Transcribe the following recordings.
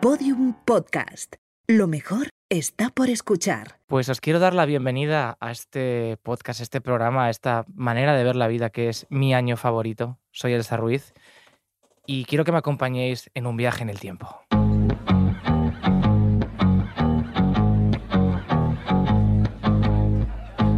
Podium Podcast. Lo mejor está por escuchar. Pues os quiero dar la bienvenida a este podcast, a este programa, a esta manera de ver la vida que es mi año favorito. Soy Elsa Ruiz y quiero que me acompañéis en un viaje en el tiempo.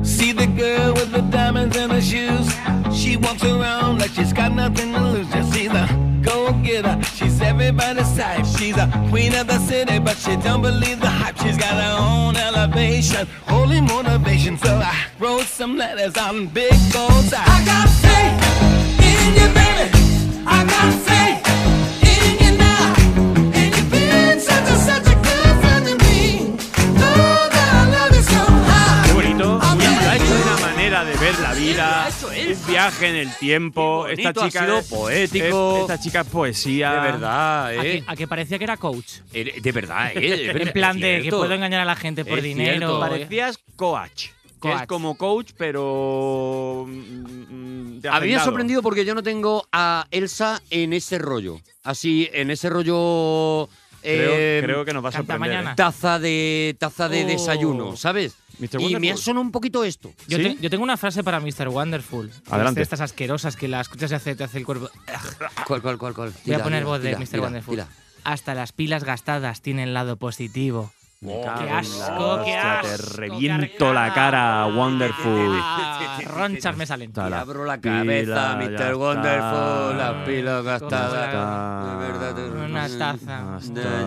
See the girl with the diamonds and her shoes. She walks around like she's got nothing to lose. Just she's a go getter. She's everybody's type. She's a queen of the city, but she don't believe the hype. She's got her own elevation, holy motivation. So I wrote some letters on big goals. I got faith in you, baby. I got faith. in you now. And you've been such a- such a good friend to me. Oh, that I love you so high. Qué bonito. Ah, Bien Lo ha hecho hecho. de una manera de ver la vida. Un viaje en el tiempo. Qué Esta bonito, ha chica sido es- poético. es- Esta chica es poesía. De verdad, A ¿eh? que, a que parecía que era coach. Eh, De verdad, ¿eh? Es En verdad, plan es de que cierto. puedo engañar a la gente por Es dinero. eh. cierto. Parecía- Parecías coach. que Coach. es como coach, pero. mm, de A mí me ha hacendado. sorprendido porque yo no tengo a Elsa en ese rollo. Así, en ese rollo. eh, Creo, creo que nos va a canta sorprender. mañana. ¿eh? Taza de, taza de Oh. desayuno, ¿sabes? Mr. Y me Wonderful. ha sonado un poquito esto. Yo, ¿Sí? te- yo tengo una frase para Mr. Wonderful. Adelante. Es de Estas asquerosas que la escuchas y hace, te hace el cuerpo. ¿Cuál, cuál, cuál? cuál? Voy a Dila, poner dila, voz de dila, Mr. dila, Wonderful. dila. Hasta las pilas gastadas tienen lado positivo. Me Oh, cago ¡Qué en Ah, la asco, qué hostia, asco! Te reviento la cara, Wonderful. Ah, Ronchas me salen. Tal. Te la abro la pila, cabeza, ya Mr. está. Wonderful, las pilas gastadas. Ah, De verdad, de verdad. Una taza.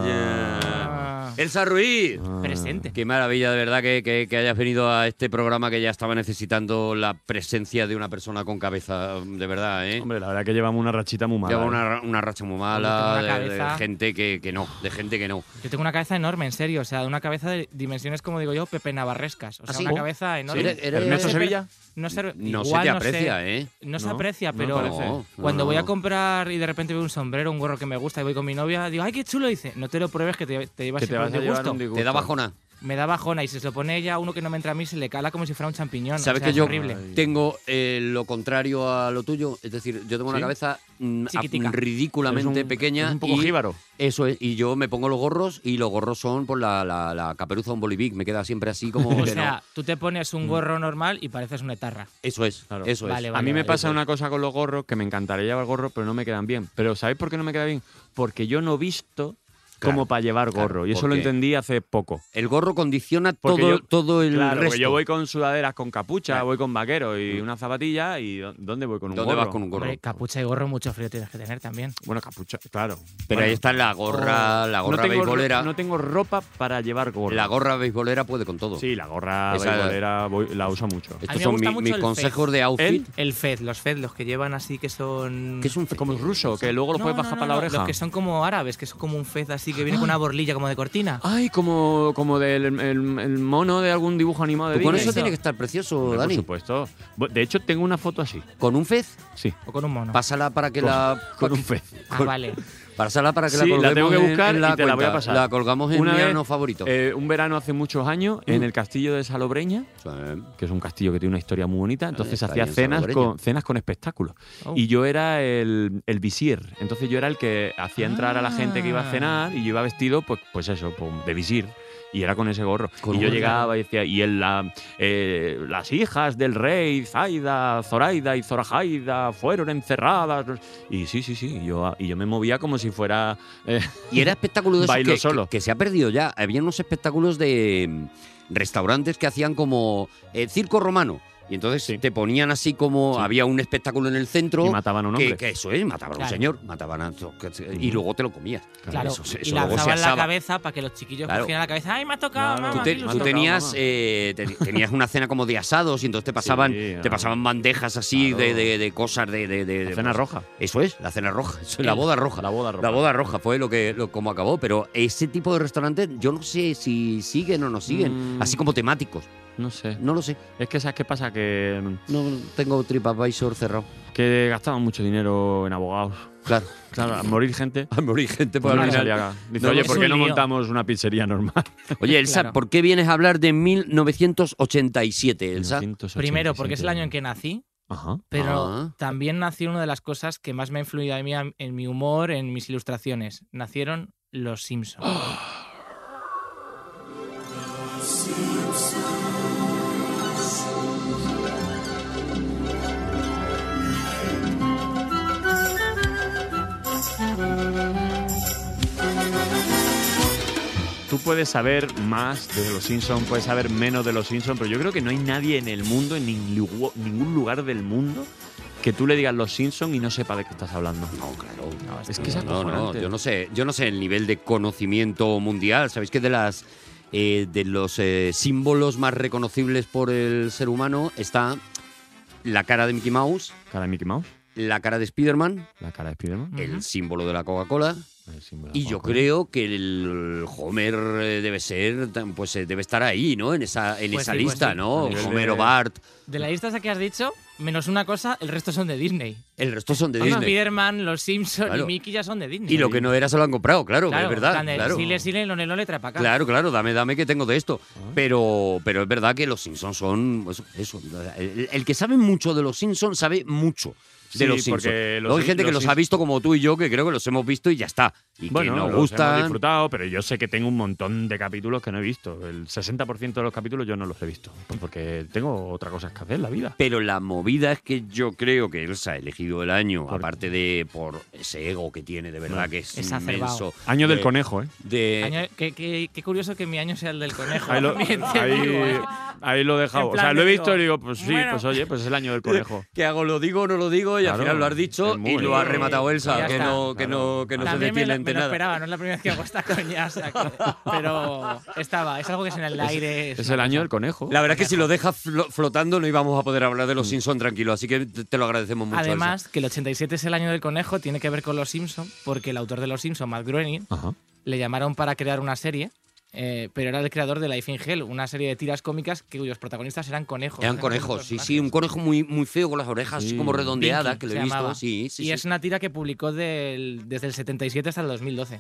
Ya, ya. Elsa Ruiz. Presente. Ah. Qué maravilla, de verdad, que, que- que hayas venido a este programa que ya estaba necesitando la presencia de una persona con cabeza, de verdad, ¿eh? Hombre, la verdad que llevamos una rachita muy mala. Lleva ¿eh? una, ra- una racha muy Hombre, mala tengo una de, de cabeza. gente que, que no, de gente que no. Yo tengo una cabeza enorme, en serio. O sea, de una cabeza de dimensiones, como digo yo, Pepe Navarrescas. O sea, ¿Ah, sí? una Oh. cabeza enorme. Eres- eres- ¿Ernesto No sé, Sevilla? No se, No igual se te no sé. aprecia, ¿eh? No se No, aprecia, no pero parece. No, no, cuando voy a no. comprar y de repente veo un sombrero, un gorro que me gusta y voy con mi novia, digo, ¡ay, qué chulo! dice, no te lo pruebes que te, te llevas Que te siempre vas a un llevar disgusto". un disgusto. Te da bajona. Me da bajona y si se lo pone ella, uno que no me entra a mí, se le cala como si fuera un champiñón. o ¿Sabes sea, que es yo horrible. tengo eh, lo contrario a lo tuyo? Es decir, yo tengo una ¿Sí? cabeza mm, a- Chiquitica. ridículamente Es un- pequeña. es un poco y jíbaro. Eso es, y yo me pongo los gorros y los gorros son por la, la, la caperuza de un bolivic, me queda siempre así como... O que no. sea, tú te pones un gorro normal y pareces una etarra. Eso es, Claro. eso es. Vale, vale. A mí me pasa eso es. una cosa con los gorros, que me encantaría llevar gorros, pero no me quedan bien. Pero ¿sabéis por qué no me queda bien? Porque yo no visto Claro, como para llevar claro, gorro. y eso ¿por lo qué? entendí hace poco. El gorro condiciona todo, Porque yo- todo el claro, porque resto. yo voy con sudaderas con capucha, Claro. Mm. voy con vaqueros y una zapatilla. ¿Y dó- dónde voy con un ¿Dónde gorro? vas con un gorro? Hombre, capucha y gorro, mucho frío tienes que tener también. Bueno, capucha, claro. Pero Bueno, Oh. ahí está la gorra, la gorra no tengo, beisbolera. No tengo ropa para llevar gorro. La gorra beisbolera puede con todo. Sí, la gorra Esa- beisbolera voy- la uso mucho. A mí Estos me son gusta mi- mucho mis el consejos fez. de outfit. El Fed, los Fed, los que llevan así que son. Que es un fe- Como el ruso, que luego lo No, puedes no, bajar no, para la no, oreja. Los que son como árabes, que son como un Fed así que Ah. viene con una borlilla como de cortina. Ay, como, como del el- el mono de algún dibujo animado de Tú Pues con Disney. eso tiene que estar precioso, Hombre, Dani. Por supuesto. Bu- De hecho, tengo una foto así. Con un fez, Sí. O con un mono. pásala para que la. Con un pez. Ah, vale. Pásala para que Sí, la la tengo colguemos que en- buscar en la y te la voy a cuenta. pasar. La colgamos en Una mi vez, ano favorito. Mm. eh, un verano hace muchos años, en el castillo de Salobreña, Sí. que es un castillo que tiene una historia muy bonita, entonces está hacía bien, cenas Salobreña. con, cenas con espectáculos. Oh. Y yo era el, el visir. Entonces yo era el que hacía entrar a la gente que iba a cenar y yo iba vestido, pues, pues eso, pues, de visir. Y era con ese gorro. Con y yo un- llegaba y decía, y en la, eh, las hijas del rey, Zaida, Zoraida y Zorajaida, fueron encerradas. Y sí, sí, sí. Y yo, y yo me movía como si fuera. eh, Y era espectáculo de esos Bailo que, solo. que- que se ha perdido ya. Había unos espectáculos de mm, restaurantes que hacían como eh, circo romano. Y entonces Sí. te ponían así como Sí. había un espectáculo en el centro. y mataban a un que, hombre. que eso es, mataban a un Claro. señor, mataban a y luego te lo comías. Claro. Eso- eso y luego se lanzaban la asaba. cabeza para que los chiquillos Claro. cogieran la cabeza. ¡Ay, me ha tocado! Claro. mamá, Tú, qué te- Mamá, tú ilusión! tocado, tenías, mamá. eh, te- tenías una cena como de asados y entonces te pasaban, Sí, claro. te pasaban bandejas así Claro. de, de- de cosas de, de- de- La de- cena roja. Eh. Eso es, la cena roja, eso es, la boda roja. La boda roja. La boda roja fue lo que lo- como acabó, pero ese tipo de restaurantes yo no sé si siguen o no siguen, Mm. así como temáticos, No sé. no lo sé, Es que sabes qué pasa que, no tengo TripAdvisor cerrado. que gastaban mucho dinero en abogados. Claro, Claro, a morir gente. a morir gente por Pues no al final. salía. Dice, No, oye, es ¿por un qué no lío. montamos una pizzería normal? Oye, Elsa, Claro. ¿por qué vienes a hablar de 1987, Elsa? 1987. Primero, porque es el año en que nací. Ajá. Pero Ah. también nació una de las cosas que más me ha influido a mí a- en mi humor, en mis ilustraciones. Nacieron Los Simpson. Tú puedes saber más de los Simpsons, puedes saber menos de los Simpsons, pero yo creo que no hay nadie en el mundo, en ningú- ningún lugar del mundo, que tú le digas los Simpsons y no sepa de qué estás hablando. No, claro. Es que es No, no, acojonante. yo no sé, yo no sé el nivel de conocimiento mundial. Sabéis que de las eh, de los eh, símbolos más reconocibles por el ser humano está la cara de Mickey Mouse, Cara de Mickey Mouse, la cara de Spider-Man, la cara de Spiderman. el símbolo de la Coca-Cola el símbolo de y yo Coca-Cola. creo que el Homer eh, debe ser tan- pues eh, debe estar ahí, ¿no? En esa en Pues esa sí, pues lista, sí. ¿no? A nivel Homer de- o Bart, De la lista esa que has dicho, menos una cosa, el resto son de Disney. el resto son de Además, Disney. Spiderman, los Simpson Claro. y Mickey ya son de Disney. Y lo que no era se lo han comprado, claro, Claro, es verdad, plan de claro. Sile, sile, lone, lone, trae pa' acá. Claro, claro, dame, dame que tengo de esto. Ah. Pero, pero es verdad que los Simpsons son pues, eso. El, el que sabe mucho de los Simpsons sabe mucho de Sí, los Simpsons. porque los Luego hay Sim- gente que los los ha Sim- visto como tú y yo, que creo que los hemos visto y ya está. Y que nos los Hemos gustan. disfrutado, pero yo sé que tengo un montón de capítulos que no he visto. El 60% de los capítulos yo no los he visto. pues Porque tengo otras cosas que hacer en la vida. Pero la movida es que yo creo que Elsa ha elegido el año, Por- aparte de por ese ego que tiene, de verdad, que es Exacerbado. inmenso. Año del de- conejo, ¿eh? de- Año- qué, qué- qué curioso que mi año sea el del conejo. Ahí lo, también te ahí- digo, ¿eh? ahí lo he dejado. En o sea, plan, lo he te visto digo, y digo, pues sí, bueno. pues oye, pues es el año del conejo. ¿Qué hago? ¿Lo digo o no lo digo? Y Claro, al final lo has es dicho muy- y lo ha rematado Elsa, Ya que está. no, que no, que no se También me lo, detiene me ante lo nada. esperaba, no es la primera vez que hago esta coña. o sea que- pero estaba, es algo que es en el aire. Es una el año cosa. del conejo. La verdad es que si lo dejas flo- flotando no íbamos a poder hablar de Mm. los Simpsons tranquilo, así que te te lo agradecemos mucho. Elsa. Además, que el 87 es el año del conejo, tiene que ver con Los Simpson, porque el autor de Los Simpson, Matt Groening, Ajá. le llamaron para crear una serie, eh, pero era el creador de Life in Hell, una serie de tiras cómicas que cuyos protagonistas eran conejos. eran conejos, conejos sí, personajes. sí, un conejo muy, muy feo con las orejas Sí, como redondeadas, Pinky que lo se he visto, llamaba. sí, sí. y sí. es una tira que publicó del- desde el 77 hasta el 2012.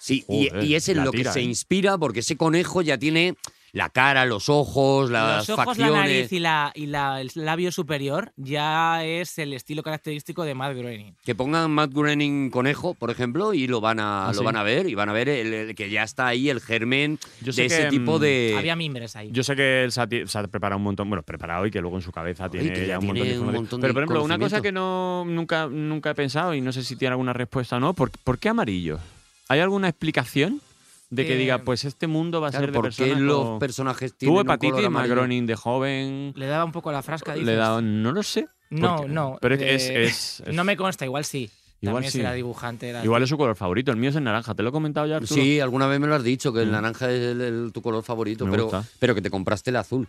Sí, y, Joder, y es en la lo que tira, se ¿eh? inspira porque ese conejo ya tiene la cara, los ojos, las Los ojos, facciones. la nariz y, la, y la- el labio superior ya es el estilo característico de Matt Groening. Que pongan Matt Groening conejo, por ejemplo, y lo van a, Ah, lo sí. van a ver, y van a ver el, el que ya está ahí el germen Yo sé de ese que, tipo mm, de. Había mimbres ahí. Yo sé que él se ha, ti- se ha preparado un montón, bueno, preparado y que luego en su cabeza tiene que ya ya un montón tiene de un información. montón de Pero por ejemplo, una cosa conocimiento. que no nunca nunca he pensado y no sé si tiene alguna respuesta o no, ¿por, por qué amarillo? ¿Hay alguna explicación de que Eh, diga, pues este mundo va a Claro, ser de ¿Por qué personas los con- personajes tienen tuvo un color hepatitis amarillo? Macronin de joven? Le daba un poco la frasca, Le dices. da, no lo sé. No, porque- no. Pero es que eh, es- es- es- No me consta, igual sí. Igual También sí. será dibujante. Era Igual es su color favorito, el mío es el naranja, te lo he comentado ya. Arturo? Sí, alguna vez me lo has dicho, que el Mm. naranja es el- el- tu color favorito, Me pero, gusta. pero que te compraste el azul.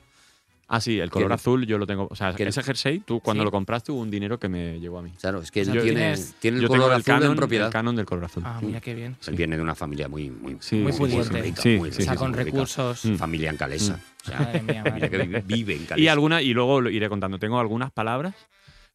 Ah, sí, el color Que- azul yo lo tengo. O sea, que- ese jersey, tú cuando Sí. lo compraste hubo un dinero que me llegó a mí. Claro, es que él O sea, tiene, tienes- tiene el Pues yo color tengo azul el canon, en propiedad. el canon del color azul. Ah, mira qué bien. Él viene de una familia muy, muy, Sí, Muy sí, pudiente. rica, Sí, muy sí, o sea, rica, con muy rica. recursos. Mm. Familia en Calesa. O sea, Madre mía, madre mira que mía. vi- vive en Calesa. Y alguna y luego lo iré contando. Tengo algunas palabras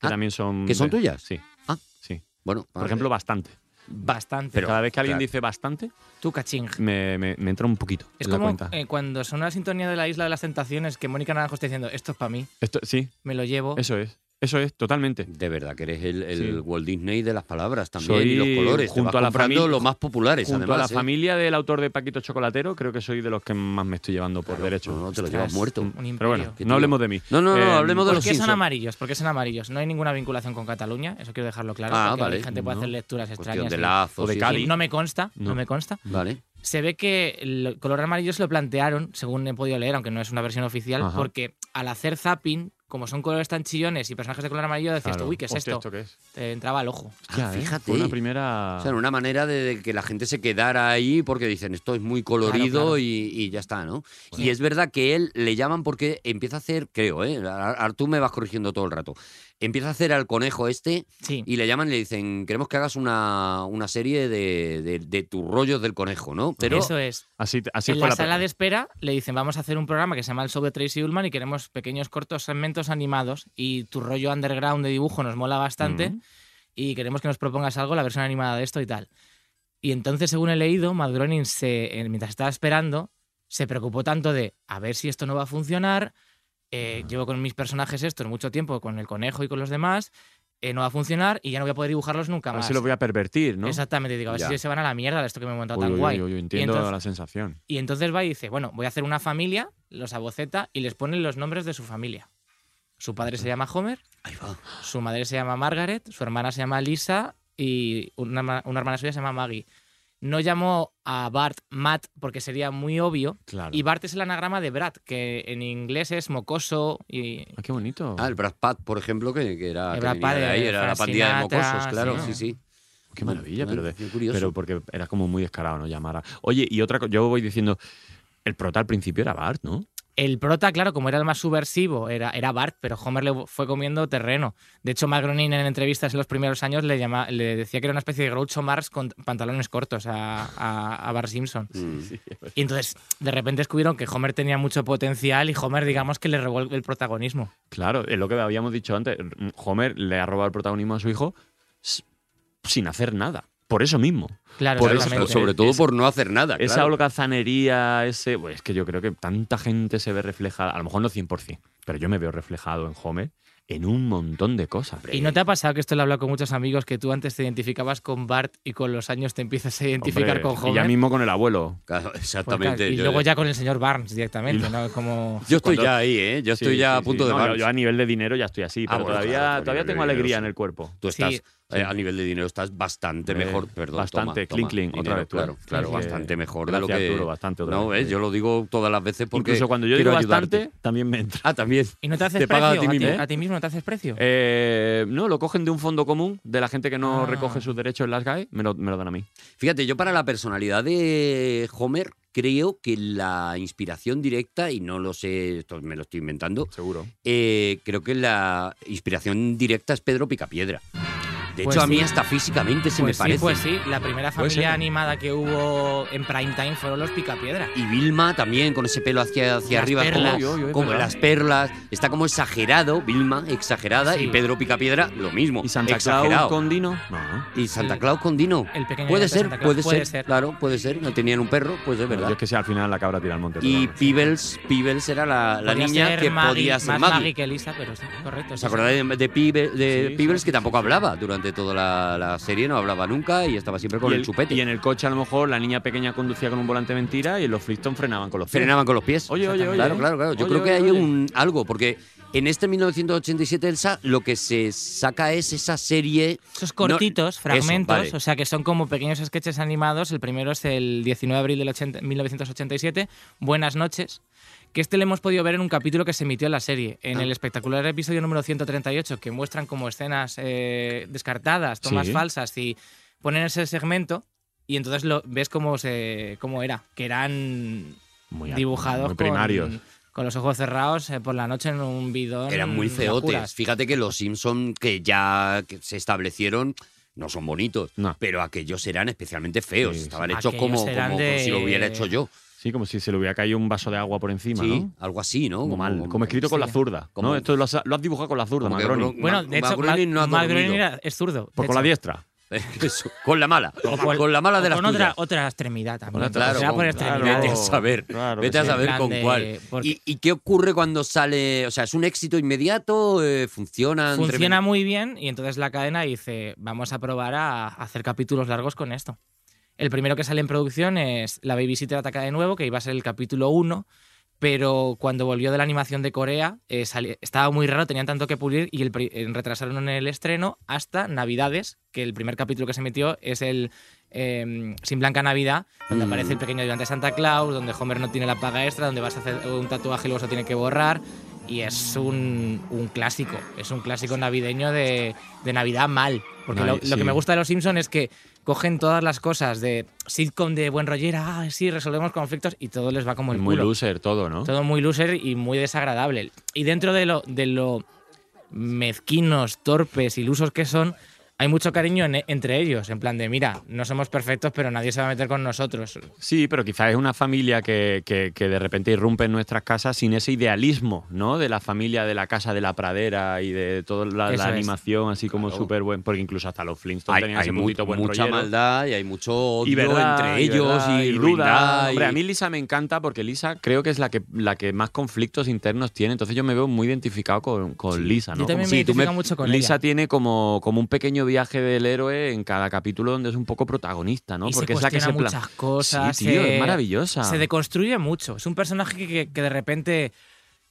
que Ah, también son ¿que son de- tuyas? Sí. Ah. Sí. bueno, Por ejemplo, bastante. Bastante. Pero- Cada vez que alguien claro. dice bastante, Tú, caching. me, me- me entra un poquito Es en la como cuenta. eh, cuando sonó la sintonía de la Isla de las Tentaciones que Mónica Naranjo está diciendo, esto es para mí, Esto, sí, me lo llevo. eso es. Eso es, totalmente. de verdad que eres el, el Sí. Walt Disney de las palabras también Soy y los colores. Te junto vas a la comprando familia- los más populares, Junto además. a la ¿eh? familia del autor de Paquito Chocolatero, creo que soy de los que más me estoy llevando por derecho. No, no, te lo Ostras. llevas muerto. Un imperio. Pero bueno, Qué tío. no hablemos de mí. No, no, no, Eh, hablemos de ¿Por los qué son Simpsons. amarillos? ¿Por qué son amarillos? No hay ninguna vinculación con Cataluña, eso quiero dejarlo claro. Ah, porque vale. La gente puede No. hacer lecturas Cuestión extrañas. de y- lazos. O de sí, sí. Cali. No me consta, no. No. me consta. Vale. Se ve que el color amarillo se lo plantearon, según he podido leer, aunque no es una versión oficial, Ajá. porque al hacer zapping, como son colores tan chillones y personajes de color amarillo, decías Claro. tú, uy, ¿qué es Hostia, esto? qué es? Te entraba al ojo. Ah, Ya, ¿eh? fíjate. Fue una primera. Ah. O sea, era una manera de, de que la gente se quedara ahí porque dicen esto es muy colorido claro. Y, y ya está, ¿no? Y es verdad que él le llaman porque empieza a hacer, creo, ¿eh? Ar- Ar- tú me vas corrigiendo todo el rato. Empieza a hacer al conejo este Sí. y le llaman y le dicen, queremos que hagas una, una serie de, de- de tus rollos del conejo, ¿no? Pero Pues Eso es. Así, así en fue la la sala de espera le dicen, vamos a hacer un programa que se llama El Show de Tracy Ullman y queremos pequeños cortos segmentos animados y tu rollo underground de dibujo nos mola bastante Ujú. y queremos que nos propongas algo, la versión animada de esto y tal. Y entonces, según he leído, Matt Groening, se, eh, mientras estaba esperando, se preocupó tanto de a ver si esto no va a funcionar, eh, llevo con mis personajes estos mucho tiempo, con el conejo y con los demás, eh, no va a funcionar y ya no voy a poder dibujarlos nunca Ahora más. se lo voy a pervertir, ¿no? Exactamente, digo, a ver Ya. si se van a la mierda esto que me he montado Uy, tan uy, guay. uy, uy, Y entiendo entonces- la sensación. Y entonces va y dice, bueno, voy a hacer una familia, los aboceta y les ponen los nombres de su familia. Su padre se llama Homer, Ahí va. su madre se llama Margaret, su hermana se llama Lisa y una, herma- una hermana suya se llama Maggie. No llamó a Bart Matt porque sería muy obvio. Claro. Y Bart es el anagrama de Brad, que en inglés es mocoso y... Ah, qué bonito. Ah, el Brad Pat, por ejemplo, que, que era, El que Brad venía Pitt, de ahí, el era la Frank pandilla de Sinatra, mocosos, claro, sí. sí, sí. Qué maravilla, Bueno, pero, de- qué curioso. pero porque era como muy descarado, ¿no? Llamar a- Oye, y otra cosa, yo voy diciendo, el prota al principio era Bart, ¿no? El prota, claro, como era el más subversivo, era, era Bart, pero Homer le fue comiendo terreno. De hecho, Matt Groening en entrevistas en los primeros años le, llama- le decía que era una especie de Groucho Marx con pantalones cortos a, a- a Bart Simpson. Mm. Y entonces, de repente descubrieron que Homer tenía mucho potencial y Homer, digamos, que le revuelve el protagonismo. Claro, es lo que habíamos dicho antes. Homer le ha robado el protagonismo a su hijo s- sin hacer nada. Por eso mismo. Claro, Por eso, exactamente. sobre todo Es- por no hacer nada. Esa claro. holgazanería, ese. Pues es que yo creo que tanta gente se ve reflejada, a lo mejor no 100%, pero yo me veo reflejado en Homer en un montón de cosas. ¿Y no te ha pasado que esto lo he hablado con muchos amigos que tú antes te identificabas con Bart y con los años te empiezas a identificar Hombre, con Y ya Homer? mismo con el abuelo. Claro, Pues claro, exactamente. y yo- luego ya con el señor Barnes directamente, Y ¿no? Como... Yo estoy cuando- ya ahí, ¿eh? Yo estoy Sí, ya sí, a sí. punto de No, yo- Barnes. Yo a nivel de dinero ya estoy así, Ah, pero bueno, todavía, claro, tú a todavía nivel de tengo alegría dinero, en sí. el cuerpo. Tú estás, Sí. eh, a nivel de dinero, estás bastante Hombre, mejor, perdón. Eh, bastante, toma, toma, cling, cling, otra dinero, vez tú. Claro, claro, Cling, cling. bastante mejor de Gracias, lo que. Arturo, bastante otra no, vez, ves, sí. yo lo digo todas las veces porque. Incluso cuando yo quiero digo ayudarte. bastante, también me entra. Ah, también. ¿Y no te haces Te precio? paga a ti mismo. a ti mismo no te haces precio? Eh, no, lo cogen de un fondo común de la gente que no Ah. recoge sus derechos en las GAE, me lo, me lo dan a mí. Fíjate, yo para la personalidad de Homer creo que la inspiración directa, y no lo sé, esto me lo estoy inventando, Seguro. eh, creo que la inspiración directa es Pedro Picapiedra. De Pues hecho, a mí sí. hasta físicamente se pues me parece. sí, pues sí. La primera Puede familia ser. animada que hubo en prime time fueron los Picapiedra. Y Vilma también, con ese pelo hacia, hacia Las arriba, perlas. Uy, como, uy, uy, como ¿verdad? las perlas. Está como exagerado, Vilma, exagerada, Sí. y Pedro Picapiedra, lo mismo. ¿Y Santa Claus exagerado. con Eh, Dino? Ah. No. Y Santa Claus con Dino. El pequeño Puede gato ser, Santa Claus. puede, ser, Claro, puede ser. No tenían un perro, pues es Yo verdad. es que sea al final la cabra tira al monte. Y perdón. Peebles, Peebles era la, la Podía niña ser que Maggie, podía ser más Maggie. que Lisa, pero sí, correcto. ¿Os sí, sí. acordáis de, de, Peebe- de Sí, sí, Peebles sí, que sí, tampoco sí. hablaba durante toda la, la serie? No hablaba nunca y estaba siempre con Y el, chupete. Y en el coche, a lo mejor, la niña pequeña conducía con un volante mentira y los Flintstones frenaban con los pies. Frenaban con los pies. Oye, oye, oye. Claro, claro, claro. Yo Oye, creo que oye, hay oye. un algo, porque en este 1987, Elsa, lo que se saca es esa serie. Esos cortitos, fragmentos, vale. o sea, que son como pequeños sketches animados. El primero es el 19 de abril del 80 1987, Buenas noches, que este le hemos podido ver en un capítulo que se emitió en la serie, en Ah. el espectacular episodio número 138, que muestran como escenas eh, descartadas, tomas Sí. falsas y ponen ese segmento y entonces lo ves cómo, se, cómo era, que eran Muy a- dibujados muy primarios. Con, con los ojos cerrados eh, por la noche en un bidón. Eran muy de feotes. ajuras. Fíjate que los Simpson que ya que se establecieron no son bonitos, No. pero aquellos eran especialmente feos. Sí, sí. Estaban hechos Aquellos como, eran como de- si lo hubiera hecho yo. Sí, como si se le hubiera caído un vaso de agua por encima, Sí, ¿no? algo así, ¿no? Oh, Como mal. Como escrito con la Sí. zurda. Como- ¿no? Esto lo has, lo has dibujado con la zurda, como que Magroni. Gro- Bueno, Ma- de hecho, Magroni Matt- no ha Matt Groening dormido. era- es zurdo. Por de con la hecho. diestra. Eso, con la mala. con- con la mala de O las con otra, tuyas. otra extremidad también. otra, Será Claro, Será por con- extremidad. Vete Pues a saber. Claro que Vete a sí. saber En plan con de- cuál. porque- ¿Y, y qué ocurre cuando sale? O sea, ¿es un éxito inmediato? Eh, ¿Funciona? Funciona muy bien y entonces la cadena dice, vamos a probar a hacer capítulos largos con esto. El primero que sale en producción es La Babysitter ataca de nuevo, que iba a ser el capítulo 1, pero cuando volvió de la animación de Corea eh, sali- estaba muy raro, tenían tanto que pulir y el pri- eh, retrasaron el estreno hasta Navidades, que el primer capítulo que se metió es el eh, Sin Blanca Navidad, donde Mm. aparece el pequeño ayudante de Santa Claus, donde Homer no tiene la paga extra, donde vas a hacer un tatuaje y luego se lo tiene que borrar. Y es un, un clásico, es un clásico navideño de, de Navidad mal. Porque Ay, lo, lo sí. que me gusta de los Simpsons es que cogen todas las cosas de sitcom de buen rollera, ah, sí, resolvemos conflictos y todo les va como el Es muy culo. loser todo, ¿no? Todo muy loser y muy desagradable. Y dentro de lo, de lo mezquinos, torpes, ilusos que son, hay mucho cariño en- e, entre ellos, en plan de, mira, no somos perfectos, pero nadie se va a meter con nosotros. Sí, pero quizás es una familia que, que- que de repente irrumpe en nuestras casas sin ese idealismo, ¿no? De la familia de la casa de la pradera y de toda la, Eso la es. animación, así como Claro. súper buen. Porque incluso hasta los Flintstones Hay, tenían hay ese mu- puntito buen mucha rollero. maldad y hay mucho odio y verdad, entre ellos verdad, y, duda. ruindad Hombre, y- a mí Lisa me encanta porque Lisa creo que es la que, la que más conflictos internos tiene. Entonces yo me veo muy identificado con, con Lisa, ¿no? Yo también Como- me Sí, tú me- identifico mucho con Lisa ella. tiene como, como un pequeño viaje del héroe en cada capítulo donde es un poco protagonista, ¿no? Y se Porque es la que se cuestiona plan- muchas cosas. Sí, tío, se- es maravillosa. Se deconstruye mucho. Es un personaje que, que- que de repente.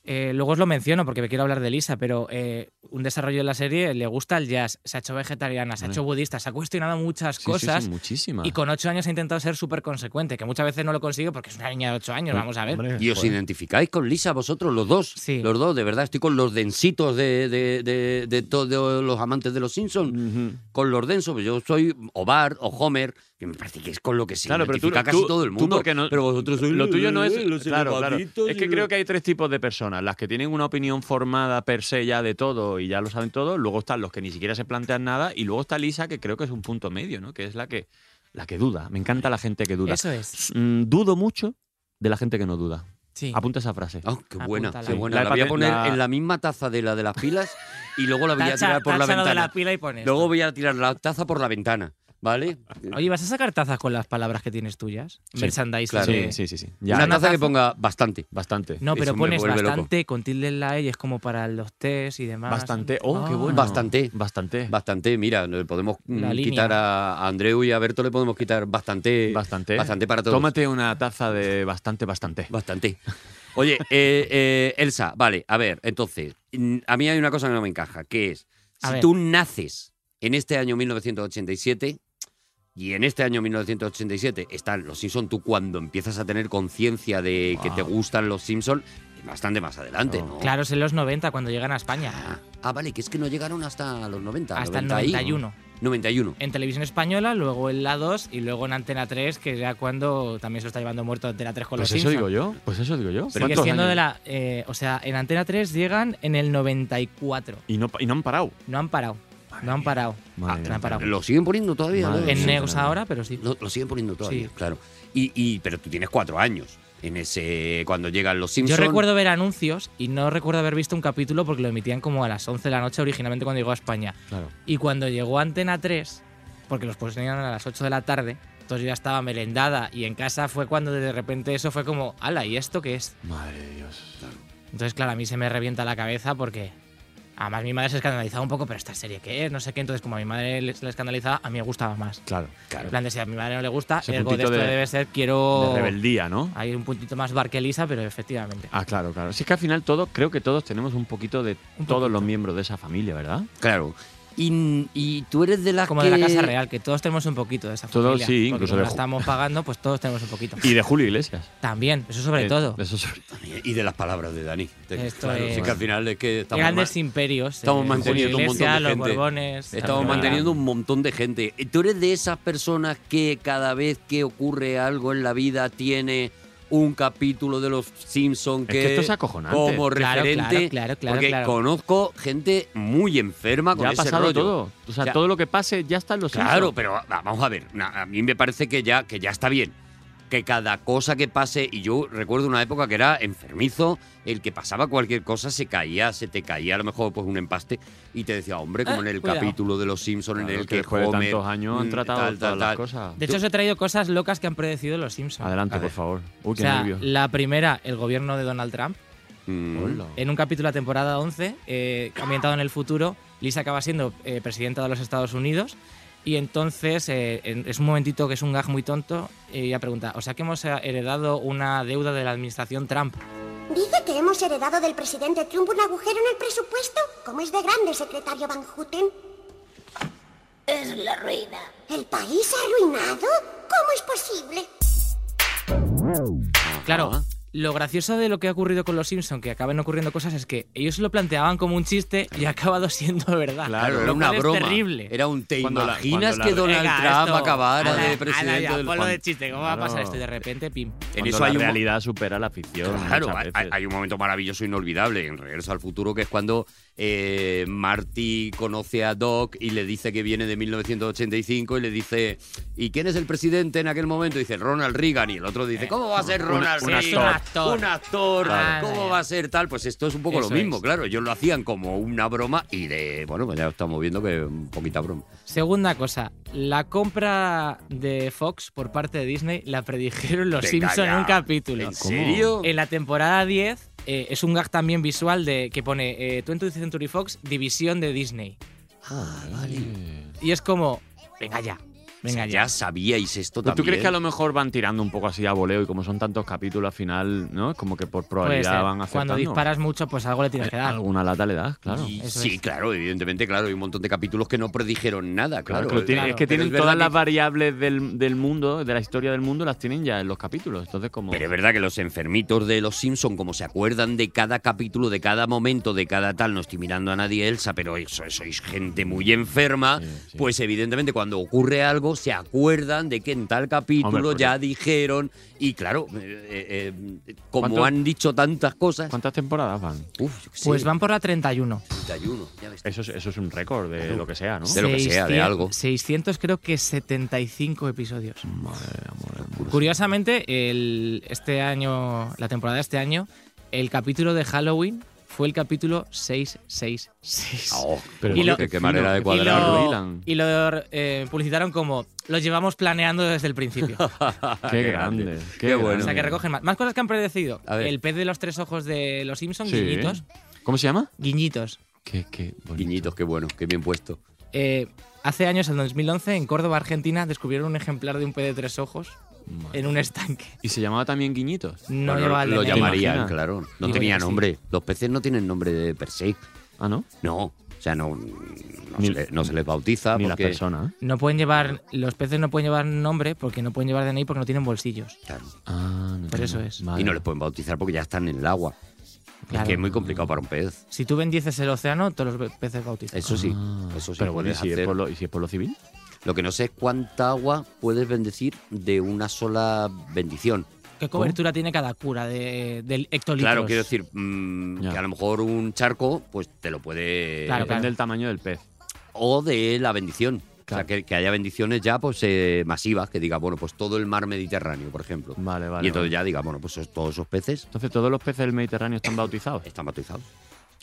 eh, luego os lo menciono porque me quiero hablar de Lisa, pero eh, un desarrollo de la serie le gusta el jazz, se ha hecho vegetariana, se ha Vale. hecho budista, se ha cuestionado muchas Sí, sí, sí, cosas Ah. muchísimas. y con ocho años ha intentado ser súper consecuente, que muchas veces no lo consigue porque es una niña de ocho años, vamos a ver. Y os identificáis con Lisa, vosotros, los dos. Sí. Los dos, de verdad, estoy con los densitos de, de- de- de todos los amantes de los Simpsons. Ujú. Con los densos, pues yo soy o Bart o Homer, que me parece que es con lo que se Claro, pero tú, identifica casi tú- todo el tú mundo. porque no- pero vosotros sois eh, lo tuyo no es los claro, claro. elevaditos Es y que los- creo que hay tres tipos de personas, las que tienen una opinión formada per se ya de todo y ya lo saben todo, luego están los que ni siquiera se plantean nada y luego está Lisa que creo que es un punto medio, ¿no? Que es la que la que duda. Me encanta la gente que duda. Eso es. Mm, dudo mucho de la gente que no duda. Sí. Apunta esa frase. Ah, qué buena, Apúntala. qué Sí. buena. La La, voy a paten- poner la- en la misma taza de la de las pilas y luego la voy a Tacha- tirar por la táchalo de ventana. la pila y pones. Luego voy a tirar la taza por la ventana, ¿vale? Oye, ¿vas a sacar tazas con las palabras que tienes tuyas? Sí, Merchandising. claro. de- Sí, sí, sí, sí. Ya, Una ya. taza que ponga bastante. bastante. No, Eso pero me pones vuelve loco. bastante con tilde en la E y es como para los test y demás. Bastante. Oh, qué Ah. bueno. Bastante. Bastante. Bastante, mira, le podemos mm, La línea. quitar a a Andreu y a Berto, le podemos quitar bastante. Bastante. Bastante para todos. Tómate una taza de bastante, bastante. Bastante. Oye, eh, eh, Elsa, vale, a ver, entonces, mm, a mí hay una cosa que no me encaja, que es, A si ver. tú naces en este año 1987, y en este año 1987 están los Simpsons, tú cuando empiezas a tener conciencia de que te gustan los Simpsons, bastante más adelante, Oh. ¿no? Claro, es en los 90 cuando llegan a España. Ah, ah, vale, que es que no llegaron hasta los 90. hasta el 90 y- 91. 91. En televisión española, luego en la 2 y luego en Antena 3, que ya cuando también se lo está llevando muerto Antena 3 con Pues los eso digo Simpsons. yo. Pues eso digo yo. Sigue ¿Cuántos siendo años? de la. eh, o sea, en Antena 3 llegan en el 94. Y no, y no han parado. No han parado. no han parado. Madre Ah, no han parado. Lo siguen poniendo todavía. Madre ¿no? mía. En Sí. Neos ahora, pero sí. Lo, lo siguen poniendo todavía, Sí. claro. Y, y- pero tú tienes cuatro años en ese cuando llegan los Yo Simpsons. recuerdo ver anuncios y no recuerdo haber visto un capítulo porque lo emitían como a las 11 de la noche originalmente cuando llegó a España. Claro. Y cuando llegó Antena 3, porque los ponían a las 8 de la tarde, entonces yo ya estaba melendada y en casa fue cuando de repente eso fue como, ala, ¿y esto qué es? Madre de Dios. Entonces, claro, a mí se me revienta la cabeza porque además mi madre se escandalizaba un poco, pero esta serie qué es, no sé qué, entonces como a mi madre le- se le escandalizaba, a mí me gustaba más. Claro. En plan de si a mi madre no le gusta, Ese ergo de puntito esto de- debe ser, De quiero... rebeldía, ¿no? Hay un puntito más bar que Lisa, pero efectivamente. Ah, claro, claro. Si es que al final todos, creo que todos tenemos un poquito de Un todos los poquito. miembros de esa familia, ¿verdad? Claro. Y, y tú eres de las Como que... de la casa real, que todos tenemos un poquito de esa Todos, familia. sí, porque incluso como de la Ju- estamos pagando, pues todos tenemos un poquito. Y de Julio Iglesias. También, eso sobre Eh, todo. Eso sobre- Y de las palabras de Dani. Te- Esto claro, es- sí que al final es que estamos, Grandes ma- imperios. estamos eh, manteniendo Julio un montón de Iglesias, los gente. Borbones, estamos Salvador manteniendo un montón de gente. ¿Tú eres de esas personas que cada vez que ocurre algo en la vida tiene un capítulo de los Simpsons Es que, que esto es acojonante. como Claro, claro, referente? claro, claro, porque claro. conozco gente muy enferma con Ya ha ese pasado rollo. todo. O sea, Ya. todo lo que pase ya está en los Claro, Simpsons. pero va- vamos a ver, na- a mí me parece que ya, que ya está bien. Que cada cosa que pase, y yo recuerdo una época que era enfermizo, el que pasaba cualquier cosa se caía, se te caía a lo mejor pues un empaste, y te decía, hombre, como Ah, en el cuidado. capítulo de Los Simpsons, Claro, en el que que, después de Homer, tantos años han mm, tratado tal, todas tal, las tal. cosas. De hecho, os he traído cosas locas que han predecido los Simpsons. Adelante, A por ver. favor. Uy, o qué sea, nervios. la primera, el gobierno de Donald Trump. Mm, Hola. En un capítulo de la temporada 11, eh, ambientado en el futuro, Lisa acaba siendo eh, presidenta de los Estados Unidos. Y entonces eh, en- es un momentito que es un gag muy tonto. Y ella pregunta: O sea que hemos eh, heredado una deuda de la administración Trump. Dice que hemos heredado del presidente Trump un agujero en el presupuesto. ¿Cómo es de grande, secretario Van Houten? Es la ruina. ¿El país arruinado? ¿Cómo es posible? Claro, Ajá. lo gracioso de lo que ha ocurrido con los Simpson, que acaban ocurriendo cosas, es que ellos lo planteaban como un chiste y ha acabado siendo verdad. Claro, Lo era una cual es broma. terrible. Era un te Cuando la- imaginas cuando que la- Donald Venga, Trump esto, acabara ala, de ala presidente ya, del ponlo de Juan- chiste, ¿cómo va a pasar Claro. esto? Y de repente, pim. En Cuando eso la hay un, mo- realidad supera la ficción. Claro, muchas hay, veces. e hay un momento maravilloso inolvidable en Regreso al Futuro que es cuando eh, Marty conoce a Doc y le dice que viene de 1985 y le dice, ¿y quién es el presidente en aquel momento? Y dice, Ronald Reagan. Y el otro dice, ¿cómo va a ser Eh, Un- Ronald un Reagan? actor. Un actor. Claro. ¿Cómo va a ser tal? Pues esto es un poco Eso lo mismo, es. claro. Ellos lo hacían como una broma y de, bueno, pues ya estamos viendo que un poquita broma. Segunda cosa, la compra de Fox por parte de Disney la predijeron los Venga Simpson en ya. un capítulo. ¿En serio? En la temporada 10 eh, es un gag también visual de que pone eh, 20th Century Fox, división de Disney. Ah, vale. Y es como, venga ya, venga O sea, ya. ya sabíais esto Pero también. Pues ¿Tú crees que a lo mejor van tirando un poco así a voleo y como son tantos capítulos al final, ¿no? Es como que por Puede probabilidad ser. van acertando. Cuando disparas mucho, pues algo le tienes que dar. Alguna lata le das, claro. Y Eso sí, es. claro, evidentemente, claro, hay un montón de capítulos que no predijeron nada, Claro, claro. que lo tiene- claro. es que Pero tienen es verdad todas que- las variables del, del mundo, de la historia del mundo, las tienen ya en los capítulos. Entonces, como. Pero es verdad que los enfermitos de los Simpson, como se acuerdan de cada capítulo, de cada momento, de cada tal, no estoy mirando a nadie, Elsa, pero eso, sois gente muy enferma, pues evidentemente cuando ocurre algo se acuerdan de que en tal capítulo Hombre, porque- ya dijeron y claro, eh, eh, eh, como ¿Cuánto- han dicho tantas cosas, ¿Cuántas temporadas van? uf, yo qué sé, Pues van por la 31. 31, ya ves. Eso es, eso es un récord de lo que sea, ¿no? De lo que sea, de 600, algo. 600 creo que 75 episodios. Pues Curiosamente, el, este año, la temporada de este año, el capítulo de Halloween fue el capítulo 666. Ah, oh, Pero y lo- qué manera de y cuadrar. lo, Dylan. y lo, eh, publicitaron como lo llevamos planeando desde el principio. Qué Qué grande. grande. Qué, Qué o bueno. sea que recogen más. Más cosas que han predecido. A ver. El pez de los tres ojos de los Simpsons, Sí. guiñitos. ¿Cómo se llama? Guiñitos. Qué, qué bonito. Guiñitos, qué bueno, qué bien puesto. Eh, hace años, en 2011, en Córdoba, Argentina, descubrieron un ejemplar de un pez de tres ojos en un estanque. Y se llamaba también Guiñitos. No ¿eh? Bueno, llevaba el lo DNI. llamarían, Imagina. claro. No Digo tenía que sí. nombre. Los peces no tienen nombre de per se. Ah, ¿no? No. O sea, no, no, Ni- se, le- no se les bautiza. Ni las Ah, porque- personas. ¿eh? No pueden llevar, los peces no pueden llevar nombre porque no pueden llevar DNI porque no tienen bolsillos. Claro. Ah, no, Por no, eso no. es. Vale. Y no les pueden bautizar porque ya están en el agua. Claro. Es que es muy complicado para un pez. Si tú bendices el océano, todos los peces bautizan. Eso sí. Ah, eso sí. Pero bueno, ¿y puedes si, es hacer. por lo, ¿y si es por lo civil? Lo que no sé es cuánta agua puedes bendecir de una sola bendición. ¿Qué cobertura tiene cada cura de, del hectolitros? Claro, quiero decir mm, Ya. que a lo mejor un charco, pues te lo puede. Claro, Depende del tamaño del pez. o de la bendición. O sea, Claro. que, que haya bendiciones ya pues eh, masivas, que diga, bueno, pues todo el mar Mediterráneo, por ejemplo. Vale, vale. y entonces vale. ya diga, bueno, pues esos- todos esos peces Entonces, todos los peces del Mediterráneo están bautizados. están bautizados.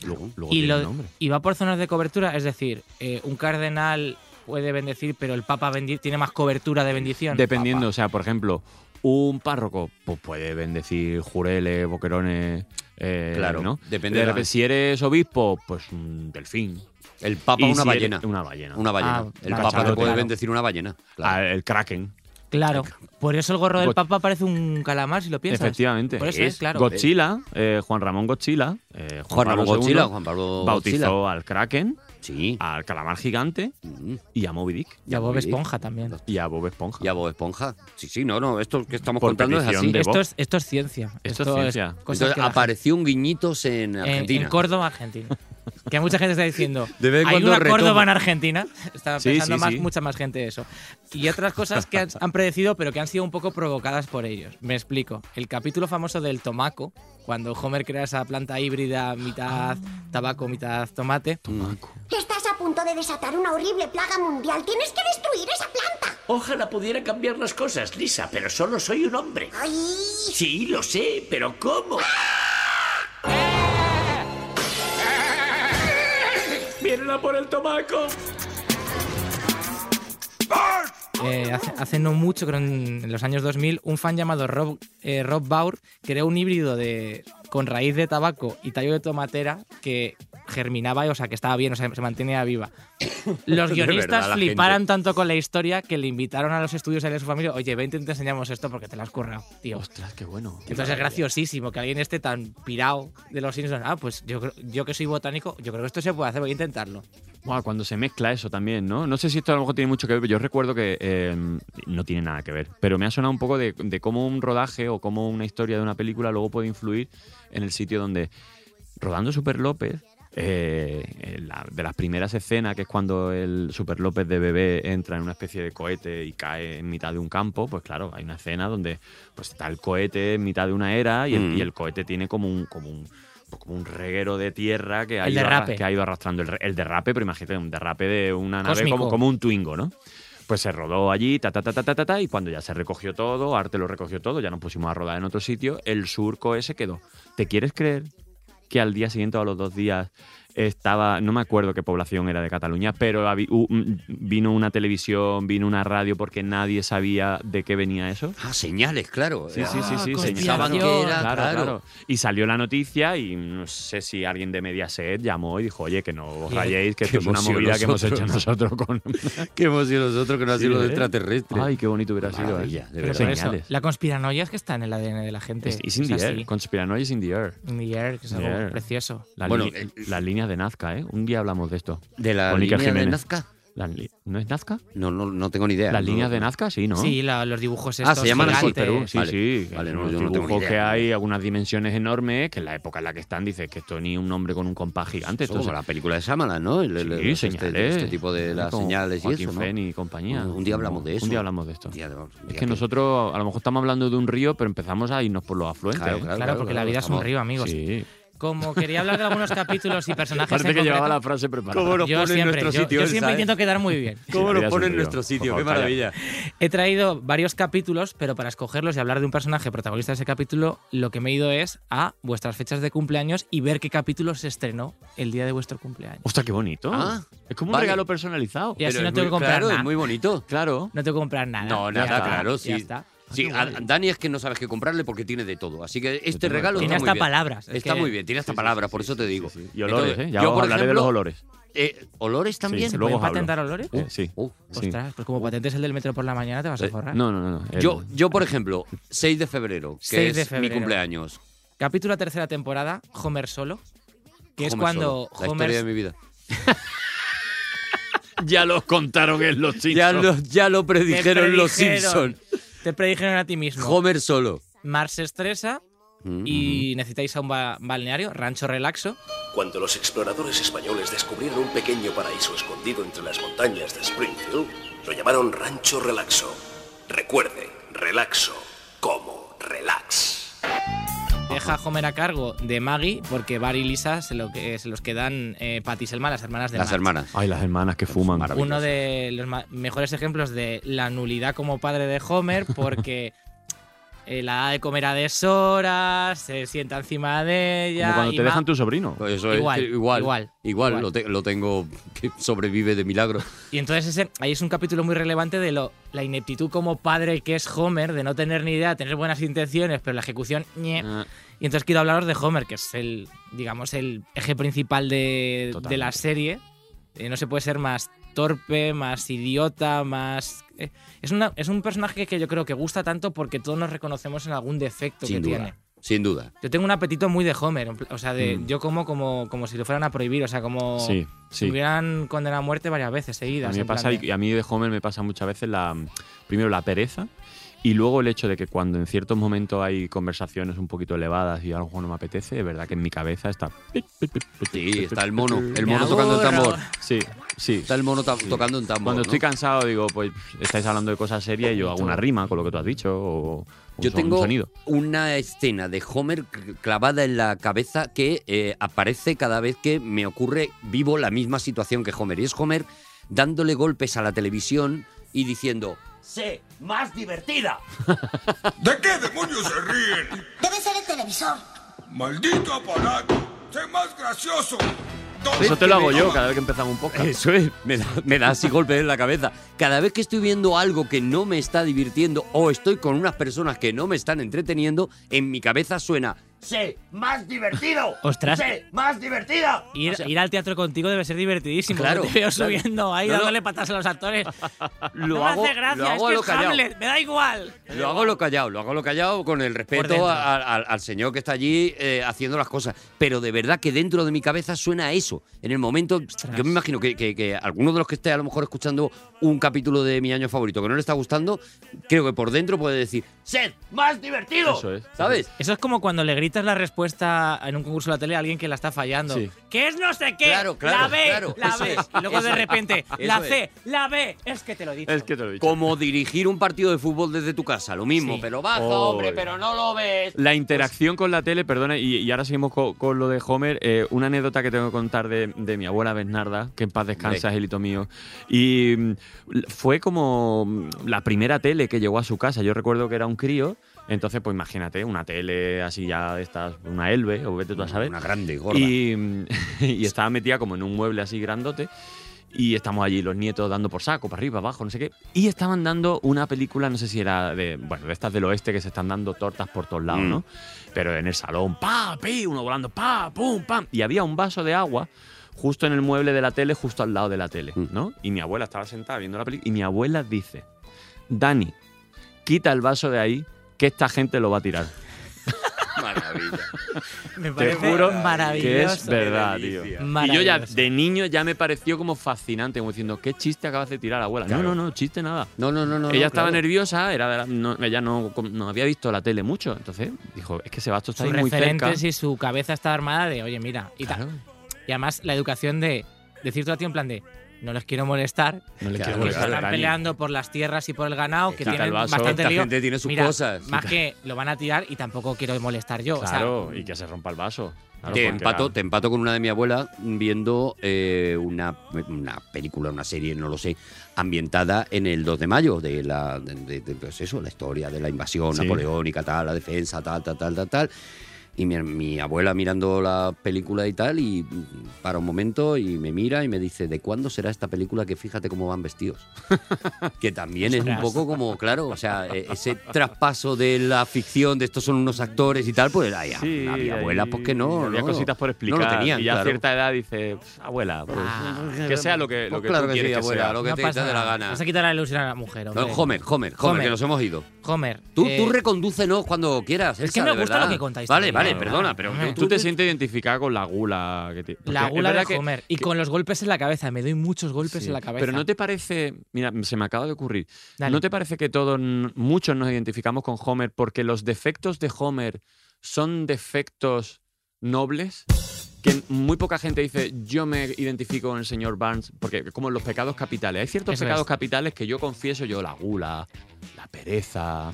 Luego, Luego Y, tiene lo- nombre. y va por zonas de cobertura, es decir, eh, un cardenal puede bendecir, pero el papa bendi- tiene más cobertura de bendición. Dependiendo, o sea, por ejemplo, un párroco pues puede bendecir jureles, boquerones. eh, Claro, ¿no? depende De de la- repente, Si eres obispo, pues un delfín. el papa Y Ah, una si ballena. eres- Una ballena. Una ballena. Ah, el vale. papa te Cachalote. puede Claro. bendecir una ballena. claro. Ah, el kraken. Claro. Por eso el gorro del Got- papa parece un calamar, si lo piensas. Efectivamente. Por eso es, Es claro. Godzilla, eh, Juan Ramón Godzilla. eh, Juan Ramón Pablo Godzilla, II, Juan Pablo Bautizó Godzilla. al kraken, Sí. al calamar gigante Mm. y a Moby Dick. Y a Bob Esponja también. Y a Bob Esponja. Y a Bob Esponja. Sí, sí, no, no, esto que estamos Por contando es petición así. de Esto Bob. es, esto es ciencia. Esto es ciencia. cosas Entonces que la apareció un guiñitos en gente- en- Argentina. En, Córdoba, Argentina. Que mucha gente está diciendo, De vez en hay cuando una retoma. Córdoba en Argentina. Estaba Sí, pensando sí, más, sí. mucha más gente eso. Y otras cosas que han, han predecido, pero que han sido un poco provocadas por ellos. Me explico. El capítulo famoso del tomaco, cuando Homer crea esa planta híbrida, mitad tabaco, mitad tomate. Estás a punto de desatar una horrible plaga mundial. Tienes que destruir esa planta. Ojalá pudiera cambiar las cosas, Lisa, pero solo soy un hombre. ¡Ay! Sí, lo sé, pero ¿cómo? ¡Vienen a por el tomaco! Eh, hace, hace no mucho, creo en en los años 2000, un fan llamado Rob, eh, Rob Baur creó un híbrido de, con raíz de tabaco y tallo de tomatera que germinaba, o sea, que estaba bien, o sea, se mantenía viva. Los De guionistas verdad, la fliparon gente. tanto con la historia que le invitaron a los estudios a él y a su familia, oye, vente, te enseñamos esto porque te la has currado, tío. Ostras, qué bueno. Entonces es graciosísimo que alguien esté tan pirado de los Simpsons. Ah, pues yo, creo- yo que soy botánico, yo creo que esto se puede hacer, voy a intentarlo. Buah, cuando se mezcla eso también, ¿no? No sé si esto a lo mejor tiene mucho que ver, pero yo recuerdo que eh, no tiene nada que ver, pero me ha sonado un poco de, de cómo un rodaje o cómo una historia de una película luego puede influir en el sitio donde rodando Super López, eh, en la- de las primeras escenas, que es cuando el Super López de bebé entra en una especie de cohete y cae en mitad de un campo, pues claro, hay una escena donde pues, está el cohete en mitad de una era y el, Mm. y el cohete tiene como un... Como un como un reguero de tierra que ha, El ido, arra- derrape. que ha ido arrastrando el, re- el derrape, pero imagínate, un derrape de una nave Cósmico. como, como un Twingo, ¿no? Pues se rodó allí, ta, ta, ta, ta, ta, ta, ta, y cuando ya se recogió todo, Arte lo recogió todo, ya nos pusimos a rodar en otro sitio, el surco ese quedó. ¿Te quieres creer que al día siguiente o a los dos días estaba, no me acuerdo qué población era de Cataluña, pero habi- u- mm, vino una televisión, vino una radio, porque nadie sabía de qué venía eso? Ah, señales, claro. Sí, sí, sí, sí, Ah, señal. Pensaban que era, claro. Y salió la noticia y no sé si alguien de Mediaset llamó y dijo, oye, que no os Qué- rayéis, que qué esto es una emoción movida que hemos hecho nosotros. nosotros con... Que hemos sido nosotros que no ha sido los ¿eh? extraterrestres. Ay, qué bonito hubiera sido, Maravilla, ¿eh? de Pero verdad. por eso, Señales. la conspiranoia es que está en el ADN de la gente. Es- It's in O sea, the air, sí. conspiranoia is in the air. In the air, que es algo Yeah. precioso. La Bueno, li- eh, las líneas de Nazca, ¿eh? Un día hablamos de esto. De la Con Iker línea de Jiménez. Nazca. Las li- ¿No es Nazca? No, no, no tengo ni idea. ¿Las No- líneas de Nazca? Sí, ¿no? Sí, la- los dibujos Ah, estos se llaman así, Sí, gigantes. Perú, sí, Vale. sí. Vale, no, Unos yo no tengo ni dibujos idea. que hay, algunas dimensiones enormes, que en la época en la que están dices que esto ni un hombre con un compás gigante. Eso Esto como es- la película de Shyamalan, ¿no? El- el- Sí, este- señales. Este, tipo de las Como señales y Joaquín eso, ¿no? Feni y compañía. Un día hablamos de eso. Un día hablamos de esto. Un día- un es día que nosotros a lo mejor estamos hablando de un río, pero empezamos a irnos por los afluentes. Claro, ¿eh? claro. Claro, porque la vida es un estamos- río, amigos. Sí. Como quería hablar de algunos capítulos y personajes Aparte en que llevaba concreto, la frase preparada. ¿Cómo nos yo pone en siempre, nuestro yo- sitio yo él, siempre ¿sabes? intento quedar muy bien. Sí, ¿Cómo la vida nos es pone un en río. nuestro sitio? Por ¡Qué favor, calla. maravilla! He traído varios capítulos, pero para escogerlos y hablar de un personaje protagonista de ese capítulo, lo que me he ido es a vuestras fechas de cumpleaños y ver qué capítulo se estrenó el día de vuestro cumpleaños. Hostia, qué bonito. Ah, es como un vale. regalo personalizado. Y así Pero no es tengo muy- que comprar Claro, nada. es muy bonito. Claro. No tengo que comprar nada. No, Ya nada, está, claro, sí. Ya está. Sí, a- a Dani es que no sabes qué comprarle porque tiene de todo. Así que este Tiene regalo de Tiene está muy hasta bien. palabras. es Está que- muy bien, tiene hasta palabras, por eso te digo. Sí, sí. Y olores, Entonces, ¿eh? Ya yo, os por hablaré de ejemplo, los olores. eh, ¿Olores Sí, también? ¿Se luego pueden os hablo. patentar olores? Eh, sí. Uh, sí. Ostras, pues como patentes el del metro por la mañana te vas a Eh, forrar. No, no, no. el- Yo, yo, por ejemplo, 6 de febrero, que 6 de es mi febrero. cumpleaños. Capítulo tercera temporada, Homer solo. Que es Homer cuando solo, la Homer historia de mi vida. Ya los contaron en los chicos. Ya lo, ya lo Te predijeron los predijeron. Simpson. Te predijeron a ti mismo. Homer Mm, solo. Mars se estresa y necesitáis a un ba- balneario, rancho relaxo. Cuando los exploradores españoles descubrieron un pequeño paraíso escondido entre las montañas de Springfield, lo llamaron Rancho Relaxo. Recuerde, relaxo como relax. Deja a Homer a cargo de Maggie porque Barry y Lisa se, lo que, se los quedan eh, Patty y Selma, las hermanas de Las Marge. hermanas. Ay, las hermanas que fuman. Maravilloso. Uno de los ma- mejores ejemplos de la nulidad como padre de Homer porque eh, la da de comer a deshoras, se sienta encima de ella. Como cuando y te va- dejan tu sobrino. Pues eso es Igual, que igual, igual, igual, igual. Lo, te- lo tengo que sobrevive de milagro. Y entonces ese, ahí es un capítulo muy relevante de lo, la ineptitud como padre que es Homer, de no tener ni idea, tener buenas intenciones, pero la ejecución... ñe. Ah. Y entonces quiero hablaros de Homer, que es el, digamos, el eje principal de, de la Totalmente. serie. Eh, no se puede ser más torpe, más idiota, más... eh, es, una- es un personaje que yo creo que gusta tanto porque todos nos reconocemos en algún defecto Sin que duda. tiene. Sin duda. Yo tengo un apetito muy de Homer, en pl- o sea, de, Mm. yo como, como como si lo fueran a prohibir, o sea, como Sí, si sí. hubieran condenado a muerte varias veces seguidas. A mí, me en plan pasa, de- y a mí de Homer me pasa muchas veces la, primero la pereza y luego el hecho de que cuando en ciertos momentos hay conversaciones un poquito elevadas y algo no me apetece, es verdad que en mi cabeza está... Sí, está el mono. El Me mono tocando el aburro. tambor. Sí, sí. Está el mono ta- Sí. tocando un tambor. Cuando ¿no? estoy cansado digo, pues estáis hablando de cosas serias y yo hago una rima con lo que tú has dicho o un Yo son- un tengo sonido. una escena de Homer cl- clavada en la cabeza que eh, aparece cada vez que me ocurre vivo la misma situación que Homer. Y es Homer dándole golpes a la televisión y diciendo, Sé más divertida. ¿De qué demonios se ríen? Debe ser el televisor. ¡Maldito aparato! ¡Sé más gracioso! ¿Dónde Eso te lo me- hago yo cada vez que empezamos un podcast. Eso es, me da, me da así golpes en la cabeza. Cada vez que estoy viendo algo que no me está divirtiendo o estoy con unas personas que no me están entreteniendo, en mi cabeza suena. Sé más divertido. Ostras. Sé más divertida. Ir, ir al teatro contigo debe ser divertidísimo. Claro, Yo te veo claro. subiendo ahí No, no. dándole patas a los actores. Lo no me hace gracia, lo hago a es lo que es callado. Hamlet, me da igual. Lo hago a lo callado, lo hago a lo callado con el dentro. respeto a- a- al- al señor que está allí eh, haciendo las cosas. Pero de verdad que dentro de mi cabeza suena a eso. En el momento, yo me imagino que, que, que alguno de los que esté a lo mejor escuchando un capítulo de mi año favorito que no le está gustando, creo que por dentro puede decir, Sed más divertido. Eso es. ¿sabes? Eso es como cuando le imitas la respuesta en un concurso de la tele a alguien que la está fallando. Sí. Que es no sé qué, Claro, claro, la B, claro, la eso B. es, y luego eso de es, repente, eso la es. C, la B, es que te lo he dicho. Es que te lo he dicho. Como dirigir un partido de fútbol desde tu casa, lo mismo, Sí. pero baja, Oh, hombre, ya. pero no lo ves. La interacción con la tele, perdona, y, y ahora seguimos co- con, lo de Homer. eh, una anécdota que tengo que contar de, de mi abuela Bernarda, que en paz descansa, Hombre. es hilito mío. Y mm, l- fue como mm, la primera tele que llegó a su casa. Yo recuerdo que era un crío. Entonces, pues imagínate, una tele así ya de estas, una Elbe, o vete tú a saber. Una grande, gorda. Y, mm, y estaba metida como en un mueble así grandote. Y estamos allí, los nietos dando por saco, para arriba, abajo, no sé qué. Y estaban dando una película, no sé si era de. Bueno, de estas del oeste que se están dando tortas por todos lados, Mm. ¿no? Pero en el salón, pa, pi, uno volando, pa, pum, pam. Y había un vaso de agua justo en el mueble de la tele, justo al lado de la tele, Mm. ¿no? Y mi abuela estaba sentada viendo la película. Y mi abuela dice: Dani, quita el vaso de ahí, que esta gente lo va a tirar. Maravilla. Me Te parece juro que es maravilloso. verdad, Qué tío. delicia. Y yo ya Maravilloso. de niño ya me pareció como fascinante, como diciendo, ¿qué chiste acabas de tirar, abuela? Claro. No, no, no, chiste nada. No, no, no, no. ella no, estaba claro. nerviosa, era de la- no, ella no, no había visto la tele mucho, entonces dijo, es que Sebastián está Sus Pues ahí muy cerca. referentes y su cabeza está armada de, oye, mira, y, ta- Claro, y además la educación de decir todo a ti en plan de, no les quiero molestar, no le Claro, quiero claro, que se molestar, están Dani. peleando por las tierras y por el ganado, que Quita el tienen vaso. bastante Esta lío. gente tiene sus Mira, cosas. Más que lo van a tirar y tampoco quiero molestar yo. o sea, Claro, y que se rompa el vaso. Claro, te, porque empato, era- te empato con una de mi abuela viendo eh, una, una película, una serie, no lo sé, ambientada en el 2 de mayo, de la, de, de- de, pues eso, la historia de la invasión Sí. napoleónica, tal, la defensa, tal, tal, tal, tal, tal. Y mi, mi abuela mirando la película y tal, y mm, para un momento y me mira y me dice, ¿de cuándo será esta película que fíjate cómo van vestidos? que también es un Ostras. poco como, claro, o sea, e- ese traspaso de la ficción, de estos son unos actores y tal, pues ay, Sí, había abuela, ahí pues que no. Había no, cositas por no lo explicar. tenían, y ya a claro. cierta edad dice, abuela, pues, Ah. que sea lo que, lo Pues que claro tú que sí, quieres que abuela, sea. lo que no te pasa dé la nada. gana. Vas a quitar la ilusión a la mujer, No, hombre. Homer, Homer, Homer, Homer. que nos hemos ido. Homer, Tú, eh, tú recondúcenos cuando quieras. Es que Elsa, me de gusta verdad. lo que contáis Vale, también, vale, la verdad. perdona, pero eh, Hombre. Tú te sientes identificada con la gula que te- la porque es gula verdad de que- Homer. Y con los golpes en la cabeza. Me doy muchos golpes Sí, en la cabeza. Pero no te parece, mira, se me acaba de ocurrir, Dale. ¿no te parece que todos, n- muchos nos identificamos con Homer porque los defectos de Homer son defectos nobles? Que muy poca gente dice, yo me identifico con el señor Barnes, porque como los pecados capitales, hay ciertos Eso pecados es. capitales que yo confieso, yo la gula, la pereza,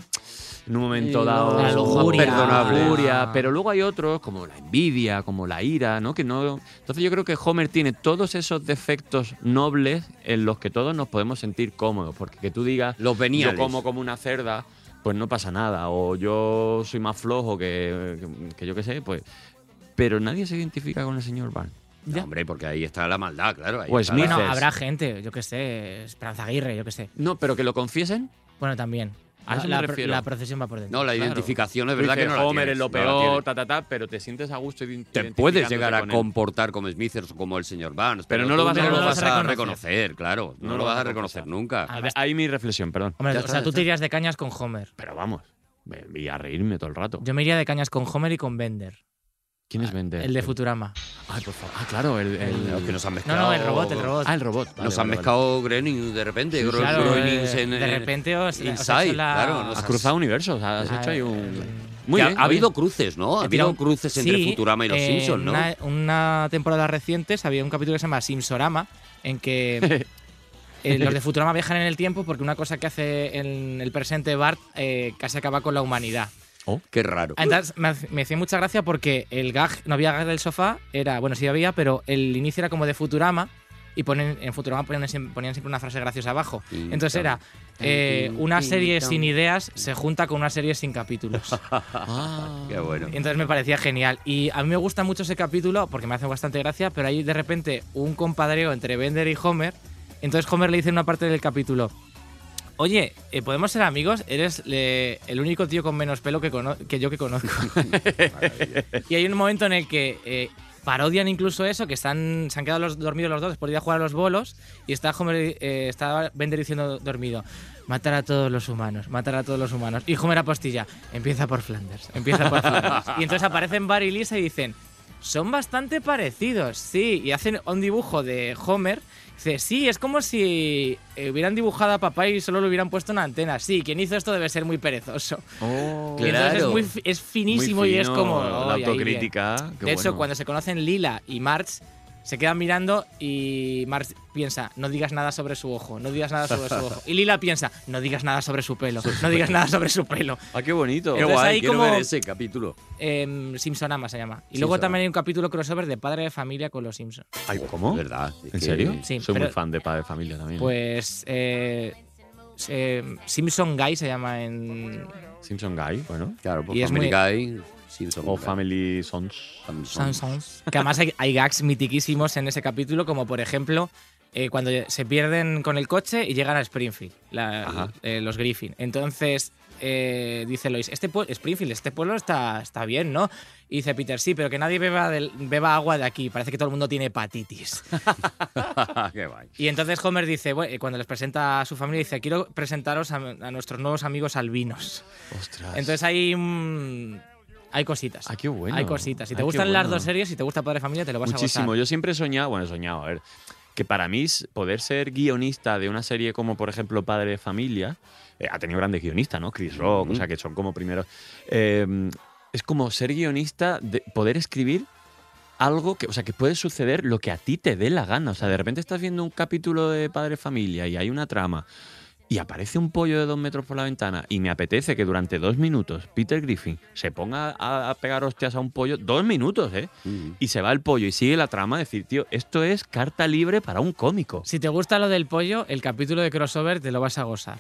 en un momento Eh, Y dado, la lujuria. perdonable. Lujuria. pero luego hay otros como la envidia, como la ira, ¿no? Que no. Entonces yo creo que Homer tiene todos esos defectos nobles en los que todos nos podemos sentir cómodos, porque que tú digas Los venían. yo como como una cerda, pues no pasa nada, o yo soy más flojo que, que, que yo qué sé, pues. Pero nadie se identifica con el señor Barnes. Ya. hombre, porque ahí está la maldad, claro. ahí O está Smith. la- Bueno, dices. habrá gente, yo qué sé, Esperanza Aguirre, yo qué sé. No, pero que lo confiesen. Bueno, también. A eso me la, la- refiero. la procesión va por dentro. No, la claro. identificación es verdad Dice, que no la Homer tienes, es lo no la peor, tienes. ta, ta, ta, pero te sientes a gusto. ident- Te puedes identificándote llegar a con él. comportar como Smith como el señor Barnes, Pero pero, no lo tú vas a- no no lo vas a reconocer, reconocer, claro. No, lo vas a reconocer nunca. Ah, Ahí- Ahí mi reflexión, perdón. Hombre, o Ya está, sea, ya tú está. te irías de cañas con Homer. Pero vamos, me me iba a reírme todo el rato. Ah, Yo me iría de cañas con Homer y con Bender, ¿Quién es Bender? el de Futurama. Ay, por favor. Ah, claro, el. el- Eh, Que nos han No, mezclado. no, el robot, el robot. Ah, el robot. Vale, Nos vale, han vale. mezclado Groening de repente. Gro- Claro, Groenings eh, en- de en- repente os, os ha Inside, hecho la- claro, nos Has cruzado universos, has Ah, hecho ahí un. Muy Que ha- bien, ha muy habido bien. cruces, ¿no? Ha He tirado habido un- cruces entre Sí, Futurama y los eh, Simpsons, ¿no? Una, una temporada reciente había un capítulo que se llama Simpsorama, en que eh, los de Futurama viajan en el tiempo porque una cosa que hace en el presente Bart eh, casi acaba con la humanidad. Qué raro. Entonces me, hace- me hacía mucha gracia porque el gag, no había gag del sofá, era, bueno, sí había, pero el inicio era como de Futurama y ponen, en Futurama ponían, siem- ponían siempre una frase graciosa abajo. Tin, Entonces tan, era, tan, eh, tin, una tin, serie tan. sin ideas se junta con una serie sin capítulos. Ah. Qué bueno. Entonces me parecía genial. Y a mí me gusta mucho ese capítulo porque me hace bastante gracia, pero hay de repente un compadreo entre Bender y Homer. Entonces Homer le dice en una parte del capítulo, oye, eh, ¿podemos ser amigos? Eres eh, el único tío con menos pelo que, cono- que yo que conozco. y hay un momento en el que... eh, Parodian incluso eso, que están, se han quedado los, dormidos los dos después de ir a jugar a los bolos y está, Homer, eh, está Bender diciendo dormido, matar a todos los humanos, matar a todos los humanos. Y Homer apostilla, empieza por Flanders, empieza por Flanders. y entonces aparecen Bar y Lisa y dicen, son bastante parecidos, sí, y hacen un dibujo de Homer Dice, sí, es como si eh, hubieran dibujado a papá y solo lo hubieran puesto en antena. Sí, quien hizo esto debe ser muy perezoso. Oh, Y entonces es, muy fi- es finísimo Muy y es fino, como. la "Ay, ahí bien". autocrítica, qué De hecho, bueno. cuando se conocen Lila y March, se quedan mirando y March piensa, no digas nada sobre su ojo, no digas nada sobre su ojo. Y Lila piensa, no digas nada sobre su pelo, no digas nada sobre su pelo. Ah, qué bonito. Entonces ahí quiero como- ver ese capítulo. Em, Simpsonama se llama. Y luego Simpsonama. también hay un capítulo crossover de padre de familia con los Simpsons. Ay, ¿Cómo? Es verdad. es ¿En que- serio? Sí, Soy muy pero- fan de Padre Familia también. ¿eh? Pues. eh, eh, Simpson Guy se llama en. Simpson Guy, bueno. Claro, pues Y es Family muy- Oh, Guy, Simpson O Guy, Family Sons. Samsung. Simpsons. Que además hay, hay gags mitiquísimos en ese capítulo, como por ejemplo. eh, cuando se pierden con el coche y llegan a Springfield, la- Ajá. eh, los Griffin. Entonces eh, dice Lois, este pue- Springfield, este pueblo está, está bien, ¿no? Y dice Peter, sí, pero que nadie beba, del- beba agua de aquí, parece que todo el mundo tiene hepatitis. Qué guay. Y entonces Homer dice, bueno, eh, cuando les presenta a su familia, dice, quiero presentaros a, a nuestros nuevos amigos albinos. Ostras. Entonces hay, mm, hay cositas. Ah, qué bueno. Hay cositas. Si te Ah, qué gustan las bueno. dos series, si te gusta Padre Familia, te lo vas a Muchísimo. gustar. Yo siempre he soñado, bueno, he soñado, a ver, que para mí s- poder ser guionista de una serie como, por ejemplo, Padre de Familia, eh, ha tenido grandes guionistas, ¿no? Chris Rock, o sea, que son como primeros. eh, es como ser guionista, de poder escribir algo que, o sea, que puede suceder lo que a ti te dé la gana. O sea, de repente estás viendo un capítulo de Padre Familia y hay una trama. Y aparece un pollo de dos metros por la ventana y me apetece que durante dos minutos Peter Griffin se ponga a, a pegar hostias a un pollo. Dos minutos, ¿eh? Y se va el pollo y sigue la trama. Decir, tío, esto es carta libre para un cómico. Si te gusta lo del pollo, el capítulo de crossover te lo vas a gozar.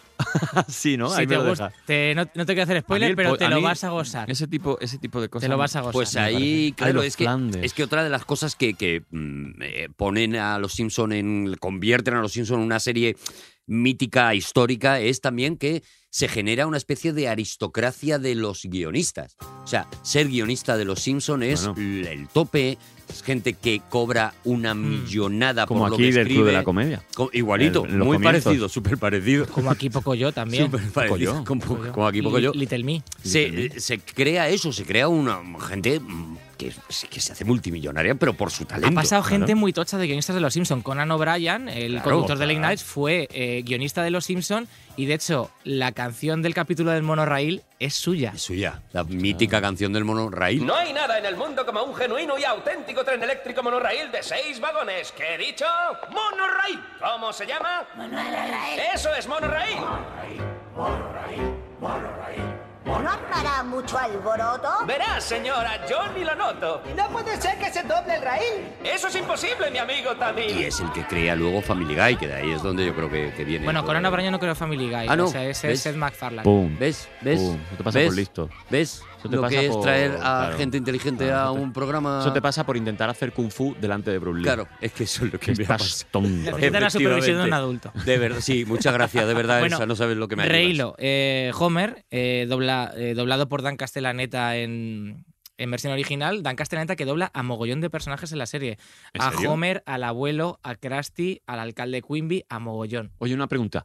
sí, ¿no? Si Ahí me te lo gusta- deja. te- no, no te quiero hacer A mí spoiler, el pero po- te a lo mí vas a gozar. Ese tipo, ese tipo de cosas. Te lo vas a gozar. Pues me ahí, parece. Ay, claro, los es que, Flanders. es que otra de las cosas que, que, mm, eh, ponen a los Simpson en. convierten a los Simpson en una serie mítica, histórica, es también que se genera una especie de aristocracia de los guionistas. O sea, ser guionista de los Simpson es l- el tope, es gente que cobra una millonada Hmm. Como por lo aquí que del Club de escribe. la Comedia. Co- Igualito, En- en los muy comienzos. parecido, súper parecido. Como aquí poco yo también. Súper parecido, Pocoyo. como, Pocoyo. como aquí poco yo. Li- Little Me. se, eh, se crea eso, se crea una gente mm, que, que se hace multimillonaria, pero por su talento. Ha pasado gente muy tocha de guionistas de Los Simpson. Conan O'Brien, el Claro, conductor de claro. Late Nights, fue eh, guionista de Los Simpson y de hecho la canción del capítulo del monorail es suya. Eso ya, la mítica canción del mono Raíl. No hay nada en el mundo como un genuino y auténtico tren eléctrico monorraíl de seis vagones. ¿Qué he dicho? ¡Monorraíl! ¿Cómo se llama? Monorraíl. ¡Eso es monorraíl! ¿No hará mucho alboroto? Verás, señora, yo ni lo noto. No puede ser que se doble el raíl. Eso es imposible, mi amigo Tamil. Y es el que crea luego Family Guy, que de ahí es donde yo creo que, que viene. Bueno, todo. Conan O'Brien no creo Family Guy. Ah, no. O sea, ese ¿Ves? es Seth McFarlane. Pum. ¿Ves? ¿Ves? Pum, eso te pasa ¿Ves? por listo. ¿Ves? Eso te Lo pasa que es por- traer a claro. gente inteligente Claro, a eso te- un programa. Eso te pasa por intentar hacer kung fu delante de Bruce Lee. Claro, es que eso es lo que Que me ha estás pasado. tonto. Necesita la supervisión de un Efectivamente. adulto. De verdad, sí, muchas gracias, de verdad, Bueno, Elsa, no sabes lo que me ayudas. Reílo. eh, Homer, eh, dobla, eh, doblado por Dan Castellaneta en, en versión original. Dan Castellaneta que dobla a mogollón de personajes en la serie. ¿En A serio? Homer, al abuelo, a Krusty, al alcalde Quimby, a mogollón. Oye, una pregunta.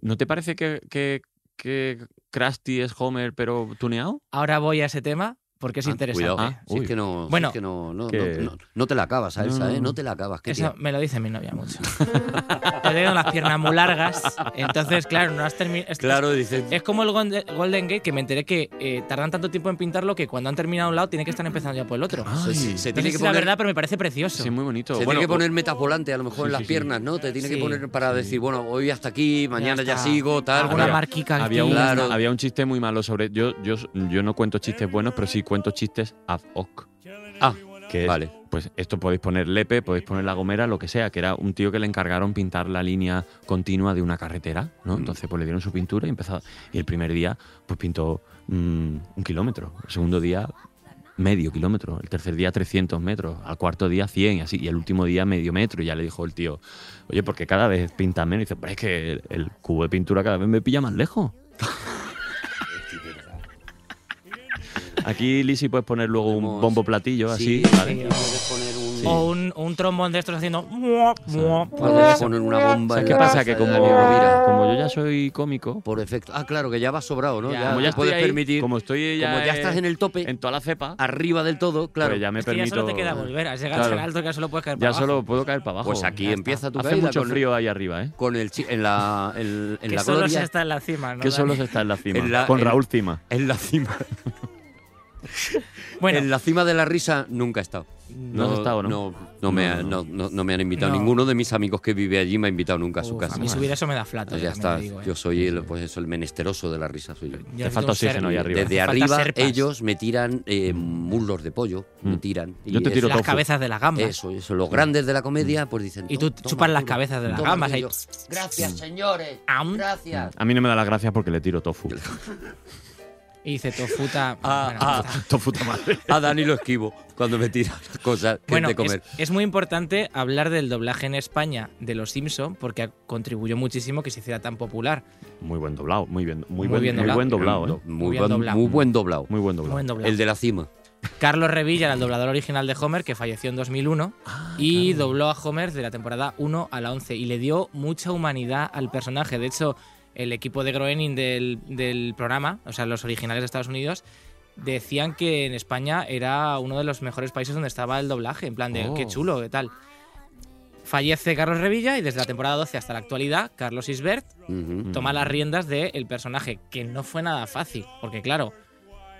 ¿No te parece que, que, que Krusty es Homer pero tuneado? Ahora voy a ese tema porque es Ah, interesante. Cuidado, Ah, si es uy. que no, si Bueno, es que no, no, que- no- no- no te la acabas, No, Elsa, no, ¿eh? no. No te la acabas. qué Eso tía. me lo dice mi novia mucho. Te tengo las piernas muy largas. Entonces, claro, no has terminado. Claro, dices, Es como el Golden Golden Gate, que me enteré que eh, tardan tanto tiempo en pintarlo que cuando han terminado un lado tienen que estar empezando ya por el otro. se, Ay. se- se No Ah. sé tiene que si es la poner, verdad, pero me parece precioso. Sí, muy bonito. se Bueno, tiene que poner metas volantes a lo mejor en las sí, sí. piernas, ¿no? Te tiene que Sí. poner para decir, bueno, hoy hasta aquí, mañana ya, está. sigo, tal. Alguna Claro. marquica aquí. había, un, Claro. había un chiste muy malo sobre. Yo, yo, yo no cuento chistes buenos, pero sí cuento chistes ad hoc. Ah, Que es, Vale. Pues esto podéis poner Lepe, podéis poner La Gomera, lo que sea, que era un tío que le encargaron pintar la línea continua de una carretera, Mm. ¿no? Entonces, pues le dieron su pintura y empezó. Y el primer día, pues pintó mm, un kilómetro. El segundo día, medio kilómetro. El tercer día, 300 metros. Al cuarto día, 100 y así. Y el último día, medio metro. Y ya le dijo el tío, oye, porque cada vez pintas menos. Y dice, pero es que el, el cubo de pintura cada vez me pilla más lejos. Aquí, Lisi, puedes poner luego un bombo platillo así. Sí, ¿vale? sí, puedes poner un- Sí. O un, un trombón de estos haciendo. muop, muop, Podrías poner una bomba ¿Sabes en qué la pasa? cabeza Que de como, Daniel Rovira. como yo ya soy cómico. Por defecto. Ah, claro, que ya vas sobrado, ¿no? Ya, Ya, como ya te estoy puedes ahí, permitir. como estoy ya, como ya eh, estás en el tope. En toda la cepa. Arriba del todo, claro. Pues ya me Es que ya solo permito- te queda volver, has llegado tan alto que ya solo puedes caer Ya para solo abajo. puedo caer para abajo. Pues aquí Ya empieza está. tu Hace caída mucho con- frío ahí arriba, ¿eh? Con el chi- en la, en, en Que la solo gloria. se está en la cima, ¿no? que solo Dani? se está en la cima. En la- con en- Raúl Cima. En la cima. Bueno. En la cima de la risa nunca he estado. No has estado, ¿no? No, no me, ha- no, no- no me han invitado. No. Ninguno de mis amigos que vive allí me ha invitado nunca a su Uf, casa. Pues a mí subir eso me da flata. también ya está. te digo, ¿eh? Yo soy el, pues eso, el menesteroso de la risa. Soy yo. Yo necesito un oxígeno ahí serpa. arriba. Desde Hace falta arriba serpas. ellos me tiran eh, muslos de pollo, me tiran. Mm. Yo te tiro Mm. eso- Las tofu. cabezas de las gambas. Eso, eso. Los grandes de la comedia, pues dicen. Y tú "Toma, chupas las Arturo, cabezas de las toma, gambas. Ahí. Arturo". Gracias, señores. Am. Gracias. A mí no me da las gracias porque le tiro tofu. Y dice tofuta. bueno, ah. está. tofu ta madre. A Dani lo esquivo cuando me tira las cosas que Bueno, es de comer. Es, es muy importante hablar del doblaje en España de Los Simpson porque contribuyó muchísimo que se hiciera tan popular. Muy buen doblado, muy bien, Muy muy, buen, bien muy doblado. buen doblado, ¿eh? Muy, bien buen- doblado. muy buen doblado. Muy buen doblado. Buen doblado. El de la cima. Carlos Revilla era el doblador original de Homer, que falleció en 2001, y dobló a Homer de la temporada 1 a la 11, y le dio mucha humanidad al personaje. De hecho, el equipo de Groening del, del programa, o sea, los originales de Estados Unidos, decían que en España era uno de los mejores países donde estaba el doblaje, en plan de Oh. qué chulo, qué tal. Fallece Carlos Revilla y desde la temporada 12 hasta la actualidad, Carlos Isbert Ujú. toma las riendas del personaje, que no fue nada fácil, porque claro,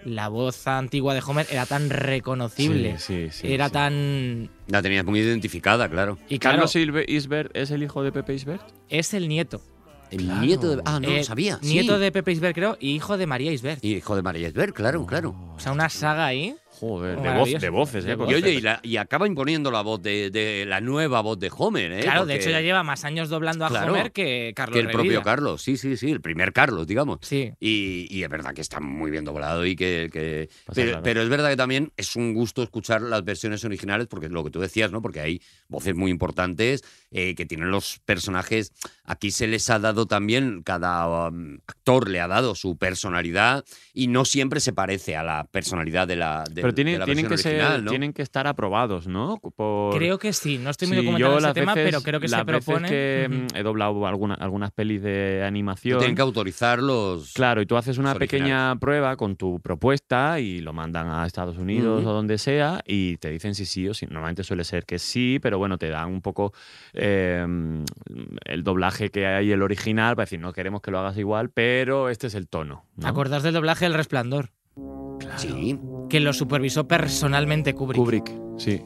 la voz antigua de Homer era tan reconocible, Sí, sí, sí, era sí. tan... La tenías muy identificada, claro. Y claro, Carlos Isbert es el hijo de Pepe Isbert. es el nieto. El nieto de. Ah, no Eh, lo sabía. sí. Nieto de Pepe Isbert, creo, y hijo de María Isbert. Y hijo de María Esber, claro, claro. O sea, una saga ahí. Joder, de, Maravilloso. voz, de voces, De ¿eh? Con Y oye, Pepe. y, la- y acaba imponiendo la voz de, de- la nueva voz de Homer, ¿eh? claro, Porque- de hecho ya lleva más años doblando a Claro, Homer que Carlos que el propio Revilla. Carlos, sí, sí, sí, el primer Carlos, digamos. Sí. Y, y es verdad que está muy bien doblado y que... que- Pasa pero, claro. pero es verdad que también es un gusto escuchar las versiones originales, porque es lo que tú decías, ¿no? Porque hay voces muy importantes eh, que tienen los personajes... Aquí se les ha dado también, cada um, actor le ha dado su personalidad y no siempre se parece a la personalidad de la, de, Pero tienen, de la tienen que versión ser, original, ¿no? tienen que estar aprobados, ¿no? Por, Creo que sí, no estoy muy Sí, documentado yo en ese las tema, veces- pero creo que las se veces propone... que Ujú. mm, he doblado alguna- algunas pelis de animación. Tienen que autorizar los... Claro, y tú haces una Los pequeña prueba con tu propuesta y lo mandan a Estados Unidos Ujú. o donde sea y te dicen si sí o si. Normalmente suele ser que sí, pero bueno, te dan un poco eh, el doblaje que hay, el original, para decir, no queremos que lo hagas igual, pero este es el tono. ¿Te ¿no? acordás del doblaje del Resplandor? Sí. Que lo supervisó personalmente Kubrick. Kubrick, sí.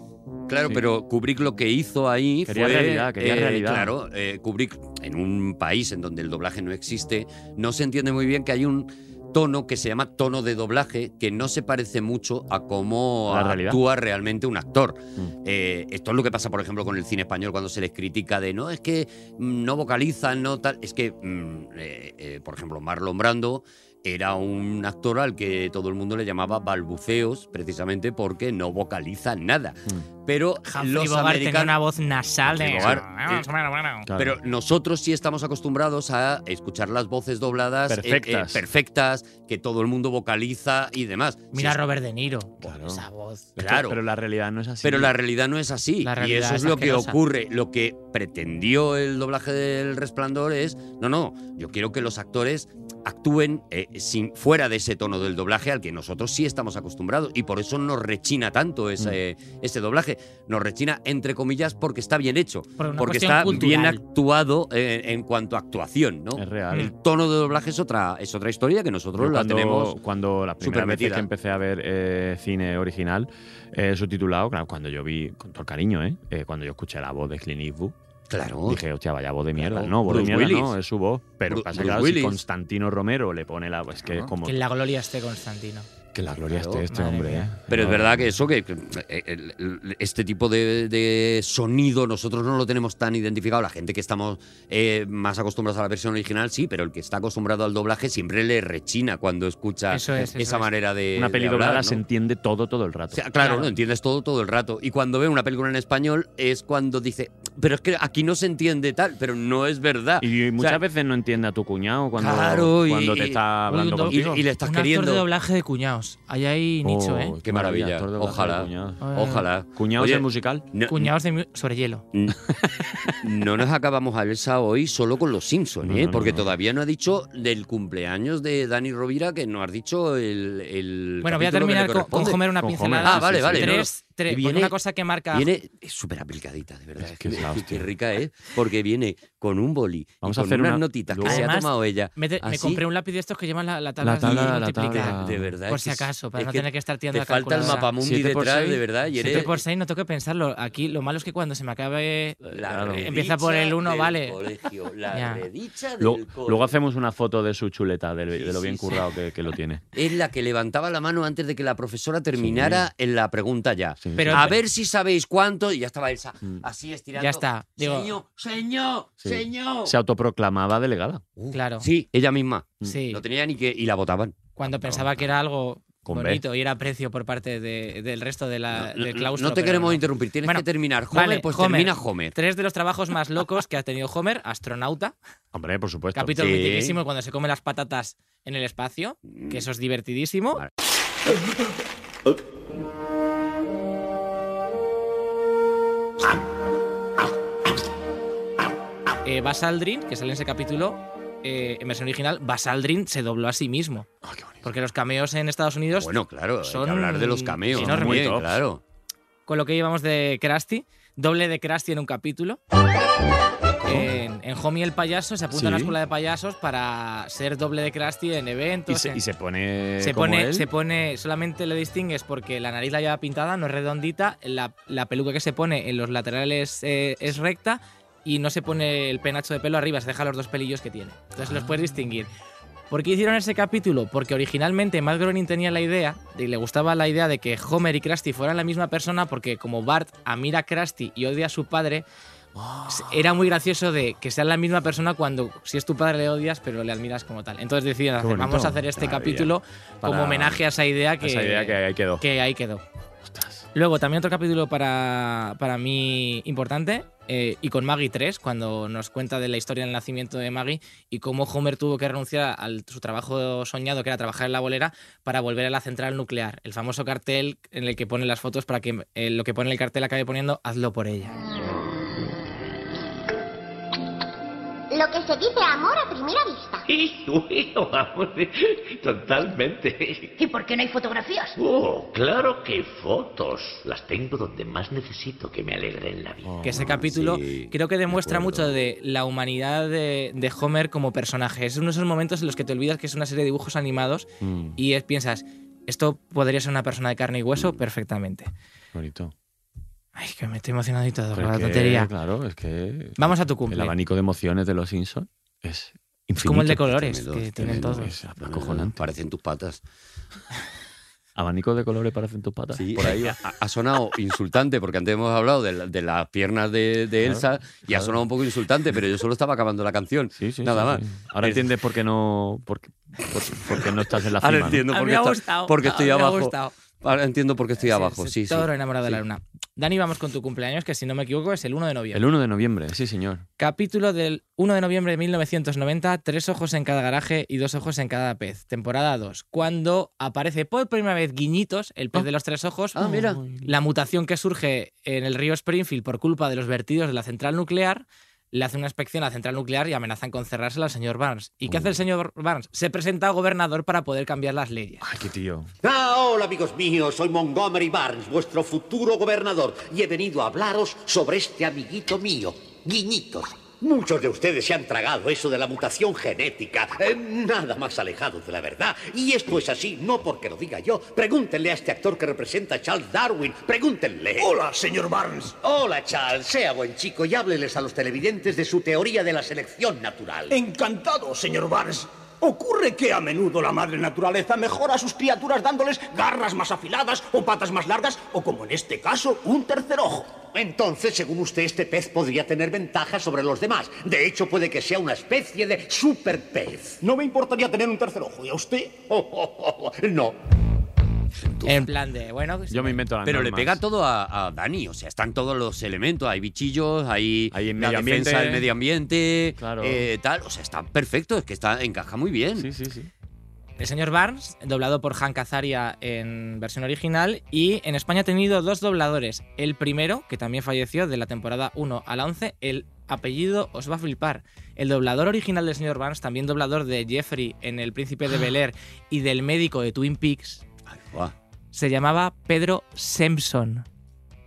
Claro, Sí. pero Kubrick lo que hizo ahí Quería fue. realidad, quería eh, realidad. Claro, eh, Kubrick, en un país en donde el doblaje no existe, no se entiende muy bien que hay un tono que se llama tono de doblaje que no se parece mucho a cómo La realidad. actúa realmente un actor. Mm. Eh, esto es lo que pasa, por ejemplo, con el cine español cuando se les critica de no, es que mm, no vocalizan, no tal. Es que, mm, eh, eh, por ejemplo, Marlon Brando era un actor al que todo el mundo le llamaba balbuceos, precisamente porque no vocaliza nada. Mm. Pero Humphrey Bogart los tenía americanos. una voz nasal. de- Humphrey Bogart, eh, Bueno, bueno. Claro. Pero nosotros sí estamos acostumbrados a escuchar las voces dobladas eh, eh, Perfectas. perfectas, que todo el mundo vocaliza y demás. Mira a Sí, Robert De Niro. Claro. Esa voz. Es que- claro. Pero la realidad no es así. Pero la realidad no es así. La Y realidad eso es, es lo que asquerosa. ocurre. Lo que pretendió el doblaje del Resplandor es, no, no, yo quiero que los actores actúen eh, sin, fuera de ese tono del doblaje al que nosotros sí estamos acostumbrados. Y por eso nos rechina Mm. tanto ese, ese doblaje. Nos rechina, entre comillas, porque está bien hecho. Por una porque cuestión está bien cultural. actuado eh, en cuanto a actuación, ¿no? Es real. Mm. El tono de doblaje es otra, es otra historia que nosotros Yo la cuando, tenemos. cuando la primera vez supermetida. que empecé a ver eh, cine original eh, subtitulado, claro, cuando yo vi, con todo el cariño, ¿eh? Eh, cuando yo escuché la voz de Clint Eastwood, Claro. dije, hostia, vaya voz de mierda. Oh. Claro, No, voz de Bruce mierda Willis. no, es su voz. Pero Bru- pasa Bruce que claro, si Willis. Constantino Romero le pone la voz, es que es como... Que en la gloria esté Constantino. que la gloria Claro, esté este madre hombre, mía. ¿eh? Pero es Madre verdad mía. que eso, que que, eh, el- el- este tipo de, de sonido nosotros no lo tenemos tan identificado. La gente que estamos eh, más acostumbrados a la versión original, sí, pero el que está acostumbrado al doblaje siempre le rechina cuando escucha Eso es, eso esa es. manera de. Una de peli hablar, doblada ¿no? se entiende todo, todo el O rato. sea, claro, Claro. lo entiendes todo todo el rato. Y cuando ve una película en español es cuando dice, pero es que aquí no se entiende tal, pero no es verdad. Y muchas veces no entiende a tu cuñado cuando, Claro, y- cuando te está Oye, hablando un do- contigo. y- y le estás Un actor queriendo. de doblaje de cuñados. Ahí hay Oh. nicho, ¿eh? Qué maravilla. actor de doblaje de Ojalá. cuñados. Ojalá. Cuñados Oye, del musical. no- Cuñados de mi- sobre hielo. No nos acabamos a Elsa hoy solo con los Simpsons, ¿eh? porque todavía no ha dicho del cumpleaños de Dani Rovira que no has dicho el. el Bueno, voy a capítulo que le terminar con, con corresponde. Homer una pincelada. Ah, vale, vale. no, no. Tres, tres, Y porque viene- una cosa que marca. Viene es súper aplicadita, de verdad. Es que es la hostia. Qué rica es, porque viene con un boli. Vamos y a con hacer unas una- notitas que Luego- se ha Además, tomado ella. me, te- me Así, compré un lápiz de estos que llevan la, la tabla, La tabla, la multiplicada. tabla. De verdad. Por es si que es- acaso, para es no que tener que estar tirando Te la falta el calculadora. mapamundi Siete por detrás, seis. de verdad. Y eres 7 por 6, no tengo que pensarlo. Aquí lo malo es que cuando se me acabe. la redicha Empieza por el uno, del vale. colegio, la Ya. redicha del Luego, cole. luego hacemos una foto de su chuleta, de, de lo sí, bien sí. currado que, que lo tiene. Es la que levantaba la mano antes de que la profesora terminara en la pregunta ya. Pero- a ver si sabéis cuánto. Y ya estaba Elsa Mm. así estirando. Ya está. Digo, Señor, señor, Sí. Mm. señor. Se autoproclamaba delegada. Uh, claro. Sí, ella misma. Sí. Mm. No tenía ni que. Y la votaban. Cuando pensaba que era algo Con B. bonito y era precio por parte de- del resto de la, del claustro. no te pero queremos interrumpir, tienes Bueno, que terminar. Homer, vale, pues Homer. termina Homer. Tres de los trabajos más locos que ha tenido Homer: astronauta, Hombre, por supuesto. capítulo Sí. mitiquísimo cuando se come las patatas en el espacio, que eso es divertidísimo. Vale. Eh, Buzz Aldrin, que sale en ese capítulo, eh, en versión original, Buzz Aldrin se dobló a sí mismo. Porque los cameos en Estados Unidos, Bueno, claro, hay que son hablar de los cameos. enormes. muy bien, Muy tops. claro. con lo que llevamos de Krusty, doble de Krusty en un capítulo. En, en Homie el payaso se apunta a una Sí. escuela de payasos para ser doble de Krusty en Y eventos. se, en- y se pone. se eh, como pone, él. se pone, solamente le distingues porque la nariz la lleva pintada, no es redondita, la, la peluca que se pone en los laterales eh, es recta y no se pone el penacho de pelo arriba, se deja los dos pelillos que tiene. Entonces Ah. los puedes distinguir. ¿Por qué hicieron ese capítulo? Porque originalmente Matt Groening tenía la idea, y le gustaba la idea de que Homer y Krusty fueran la misma persona, porque como Bart admira a Krusty y odia a su padre, Ah. era muy gracioso de que sean la misma persona cuando si es tu padre le odias, pero le admiras como tal. Entonces decidieron, hacer, bonito. vamos a hacer este Maravilla. capítulo como Para- homenaje a esa idea que, Esa idea que ahí quedó. que ahí quedó. Luego, también otro capítulo para, para mí importante, eh, y con Maggie 3, cuando nos cuenta de la historia del nacimiento de Maggie y cómo Homer tuvo que renunciar a su trabajo soñado, que era trabajar en la bolera, para volver a la central nuclear. El famoso cartel en el que ponen las fotos para que eh, lo que pone en el cartel acabe poniendo hazlo por ella. Lo que se dice amor a primera vista. Vamos, totalmente. ¿Y por qué no hay fotografías? Oh, claro que fotos. Las tengo donde más necesito que me alegren la Oh, vida. que ese capítulo sí, creo que demuestra de acuerdo. mucho de la humanidad de, de Homer como personaje. Es uno de esos momentos en los que te olvidas que es una serie de dibujos animados Mm, y es- piensas, esto podría ser una persona de carne y hueso perfectamente. bonito. Ay, que me estoy emocionado y todo, con Pero la es que, tontería. Claro, es que. Vamos a tu cumple. El abanico de emociones de los Simpsons es. Es como el de infinito. colores Tremendo, que tienen tremendo. todos. Es acojonante. Parecen tus patas. Abanico de colores parecen tus patas. Sí, por ahí ha, ha sonado insultante, porque antes hemos hablado de, la- de las piernas de, de Elsa y ha sonado un poco insultante, pero yo solo estaba acabando la canción. Sí, sí, nada sí, más. sí. Ahora Es- entiendes por qué no, por, qué- por, por qué no estás en la cima. Ahora ¿no? entiendo A por mí qué, me ha está- gustado. porque estoy a mí me ha abajo. gustado. Ahora entiendo por qué estoy abajo. Es- es Sí, sí. Todo enamorado de la Sí. luna. Dani, vamos con tu cumpleaños, que si no me equivoco es el 1 de noviembre. El 1 de noviembre, sí, señor. Capítulo del 1 de noviembre de 1990, tres ojos en cada garaje y dos ojos en cada pez. Temporada 2, cuando aparece por primera vez Guiñitos, el pez de los tres ojos. Ah, mira. La mutación que surge en el río Springfield por culpa de los vertidos de la central nuclear, le hacen una inspección a la central nuclear y amenazan con cerrársela al señor Barnes. ¿Y qué hace el señor Barnes? Se presenta al gobernador para poder cambiar las leyes. Ay, qué tío. Ah, hola amigos míos, soy Montgomery Barnes, vuestro futuro gobernador, y he venido a hablaros sobre este amiguito mío, Guiñitos. Muchos de ustedes se han tragado eso de la mutación genética, eh, nada más alejado de la verdad. Y esto es así, no porque lo diga yo. Pregúntenle a este actor que representa a Charles Darwin, pregúntenle. Hola, señor Barnes. Hola Charles, sea buen chico y hábleles a los televidentes de su teoría de la selección natural. Encantado, señor Barnes. Ocurre que a menudo la madre naturaleza mejora a sus criaturas dándoles garras más afiladas o patas más largas o, como en este caso, un tercer ojo. Entonces, según usted, este pez podría tener ventaja sobre los demás. De hecho, puede que sea una especie de super pez. No me importaría tener un tercer ojo. ¿Y a usted? no. En plan de, bueno, pues, Yo me invento las Pero le normas. pega todo a, a Dani, o sea, están todos los elementos, hay bichillos, hay, la medio ambiente. defensa del medio ambiente, Claro. eh, tal, o sea, está perfecto, es que está, encaja muy bien. Sí, sí, sí. El señor Barnes, doblado por Hank Azaria en versión original, y en España ha tenido dos dobladores. El primero, que también falleció de la temporada 1 a la 11, el apellido os va a flipar. El doblador original del señor Barnes, también doblador de Jeffrey en El Príncipe de Bel Air y del médico de Twin Peaks, se llamaba Pedro Sampson.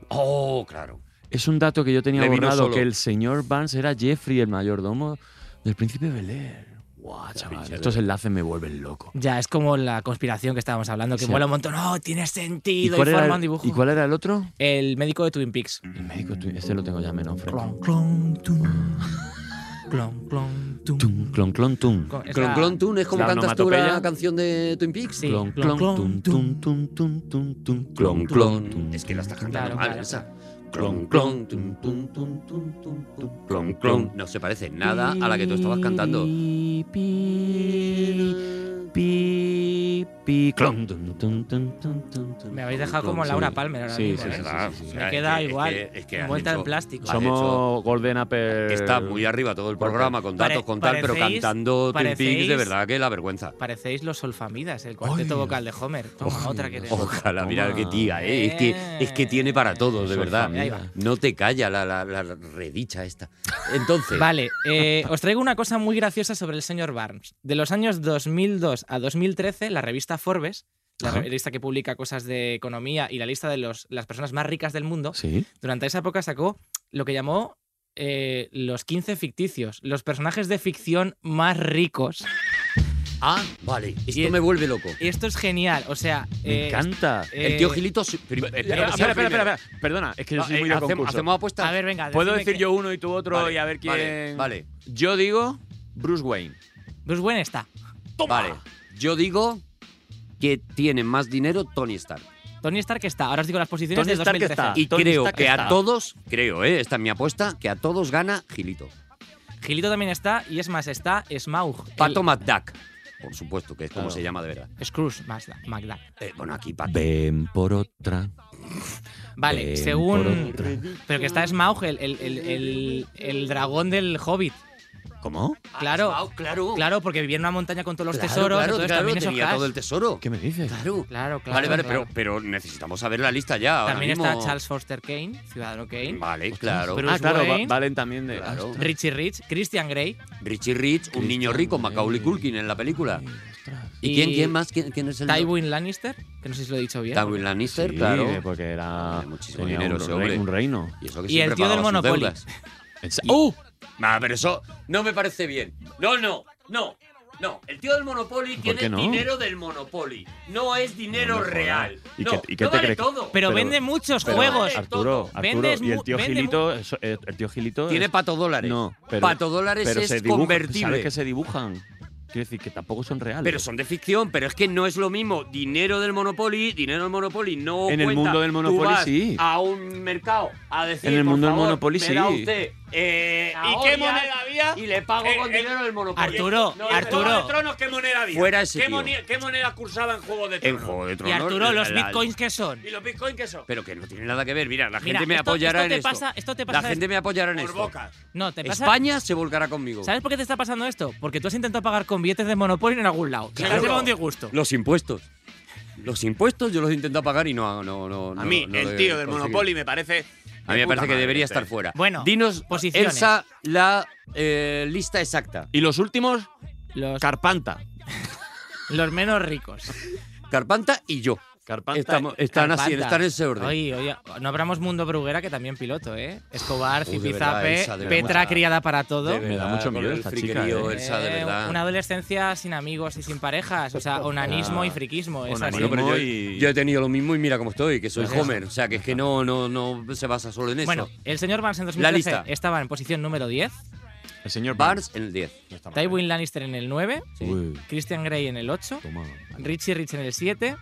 Oh, claro. Es un dato que yo tenía Le vino borrado, solo. que el señor Vance era Jeffrey, el mayordomo del príncipe Bel Air. Guau, chaval, estos enlaces me vuelven loco. Ya, es como la conspiración que estábamos hablando, que Sí. mola un montón. No, tiene sentido y, cuál era forma el- un dibujo. ¿Y cuál era el otro? El médico de Twin Peaks. El médico de Twin- Este lo tengo ya menos fresco. Clon, clon, tum. Clon, clon, tum. Clon Clon Tum. Con- es Clon la- Clon Tun es como la cantas tú la onomatopeya. canción de Twin Peaks. Sí, Clon clon, Clon clon, Tum Tum Tum Tum Tum Tum Clon Clon Clon. Clon Es que la está Claro, cantando mal claro. esa. Clon Clon Tun Tun Tun Tun Tun Tun Clon Clon. No se parece nada a la que tú estabas cantando. Pi Pi Clon Tum Tum Tum Tum Tum Tum. Me habéis dejado Clon, como sí. Laura Palmer ahora Sí, mismo. sí, ¿eh? sí, Ah, o sea, Me queda es que- igual, es que- es que has envuelta en hecho- plástico. has hecho- Somos eh, Golden Apple. Está muy arriba todo el programa, con datos, Pare- con tal, pero parecéis- cantando Twin Peaks, de parecéis- verdad que la vergüenza. Parecéis los solfamidas, el cuarteto vocal de Homer. Toma, otra que te- Ojalá, mira Toma. qué tía, ¿eh? es, que, es que tiene Eh, para todos, Eso de es verdad. familia. Ahí va. No te calla la, la- la redicha esta. Entonces, Vale, eh, os traigo una cosa muy graciosa sobre el señor Barnes. De los años 2002 a 2013, la revista Forbes, la Ajá. revista que publica cosas de economía y la lista de los, las personas más ricas del mundo, Sí. durante esa época sacó lo que llamó eh, los 15 ficticios, los personajes de ficción más ricos. ah, vale, Y esto el- me vuelve loco. Y esto es genial, o sea... Me eh, encanta. eh, El tío Gilito, se- prim- Eh, espera, espera, espera, sea espera, primero. espera. Perdona, es que yo Ah, soy eh, muy de hacemos- concurso. Hacemos apuestas. A ver, venga, Puedo decidme decir que- yo uno y tú otro Vale, y a ver quién. Vale, vale. Yo digo Bruce Wayne. Bruce Wayne está. Vale, yo digo que tiene más dinero Tony Stark. Tony Stark está. Ahora os digo las posiciones Tony de Stark 2013. está. Y Tony creo Stark que a está. todos, creo, ¿eh? esta es mi apuesta, que a todos gana Gilito. Gilito también está y es más, está Smaug. el- Pato McDuck, por supuesto, que es como Claro. se llama de verdad. Scrooge, más la- McDuck. Eh, bueno, aquí Pato. Ven por otra. Vale, Eh, ven según. por otra. Pero que está Smaug, el, el, el, el- el dragón del Hobbit. ¿Cómo? Claro. Smaug, Ah, claro. Claro, porque vivía en una montaña con todos los Claro, tesoros. claro, entonces claro, también eso es tenía Hash. todo el tesoro. ¿Qué me dices? Claro. Claro, claro. Vale, vale, claro. pero, pero necesitamos saber la lista ya. ahora También mismo. está Charles Foster Kane, Ciudadano Kane. Vale, claro. Bruce ah, claro, va- Wayne. Valen también de. Claro. Ostras, Richie Rich, Christian Grey. Richie Rich, un niño rico, Macaulay Culkin en la película. ostras. ¿Y, Y- quién, quién más? ¿Quién, quién es el Tywin Lannister, que no sé si lo he dicho bien. Tywin Lannister, Sí, claro. Porque era. Tenía muchísimo tenía dinero un, ese rei- hombre. un reino. Y, eso que Y siempre el tío del pagaba sus Monopoly. deudas. En se- Y- ¡Uh! Ah, pero eso no me parece bien. No, no, no. No, el tío del Monopoly ¿Por tiene qué no? dinero del Monopoly. No es dinero No me jodas. real. ¿Y no, qué- y qué no te vale crees que- todo. Pero, Pero- vende muchos pero- juegos. Arturo, Arturo. Vendes Y el mu- tío vende Gilito. eso- eh, El tío Gilito. es- Tiene pato dólares. No, pero. pato dólares pero es se dibuja- pues, convertible. Sabes que se dibujan. Quiero decir que tampoco son reales. Pero son de ficción, pero es que no es lo mismo dinero del Monopoly, dinero del Monopoly no En el cuenta. mundo del Tú Monopoly, vas sí. A un mercado a decir En el por mundo del favor, Monopoly, me da sí. usted, eh, ¿Y qué moneda había? Y le pago con dinero del Monopoly. Arturo, No, Arturo. ¿Qué moneda había? Fuera ese ¿Qué, tío. moneda, ¿Qué moneda cursaba en Juego de En Tronos? Juego de Y Tronos. Arturo, los la- bitcoins que son. ¿Y los bitcoins qué son? Pero que no tiene nada que ver. Mira, la Mira, gente me esto- apoyará esto te en esto. pasa- esto te pasa La gente me apoyará en Por esto. boca. No, te pasa. España se volcará conmigo. ¿Sabes por qué te está pasando esto? Porque tú has intentado pagar con billetes de Monopoly en algún lado. Te has Claro. llevado un disgusto. Los impuestos. Los impuestos yo los intento pagar y no no no. A no- mí, no el he tío del conseguido. Monopoly me parece. A mí me de puta parece que madre debería este. estar fuera. Bueno, dinos, posiciones. Elsa, la eh, lista exacta. Y los últimos, Los, Carpanta. los menos ricos. Carpanta y yo. Carpanta. Estamos- están así, Carpanta. están en ese orden. Oye, oye, no abramos Mundo Bruguera, que también piloto, ¿eh? Escobar, Uy, de verdad, Zipizape, Elsa, de Petra verdad. criada para todo. De Me da verdad, mucho miedo con el esta friquerío, chica, ¿eh? Elsa, de Eh, verdad. Una adolescencia sin amigos y sin parejas. O sea, onanismo y friquismo. Es así. Onanismo Ah, Bueno, pero yo, y- yo he tenido lo mismo y mira cómo estoy, que soy Pues eso. Homer. O sea, que es que no, no, no se basa solo en eso. Bueno, el señor Vance en La 2013 lista. estaba en posición número 10. El señor Barnes en el 10. eh. Tywin Lannister en el 9. Christian Grey en el 8. Richie Rich en el 7.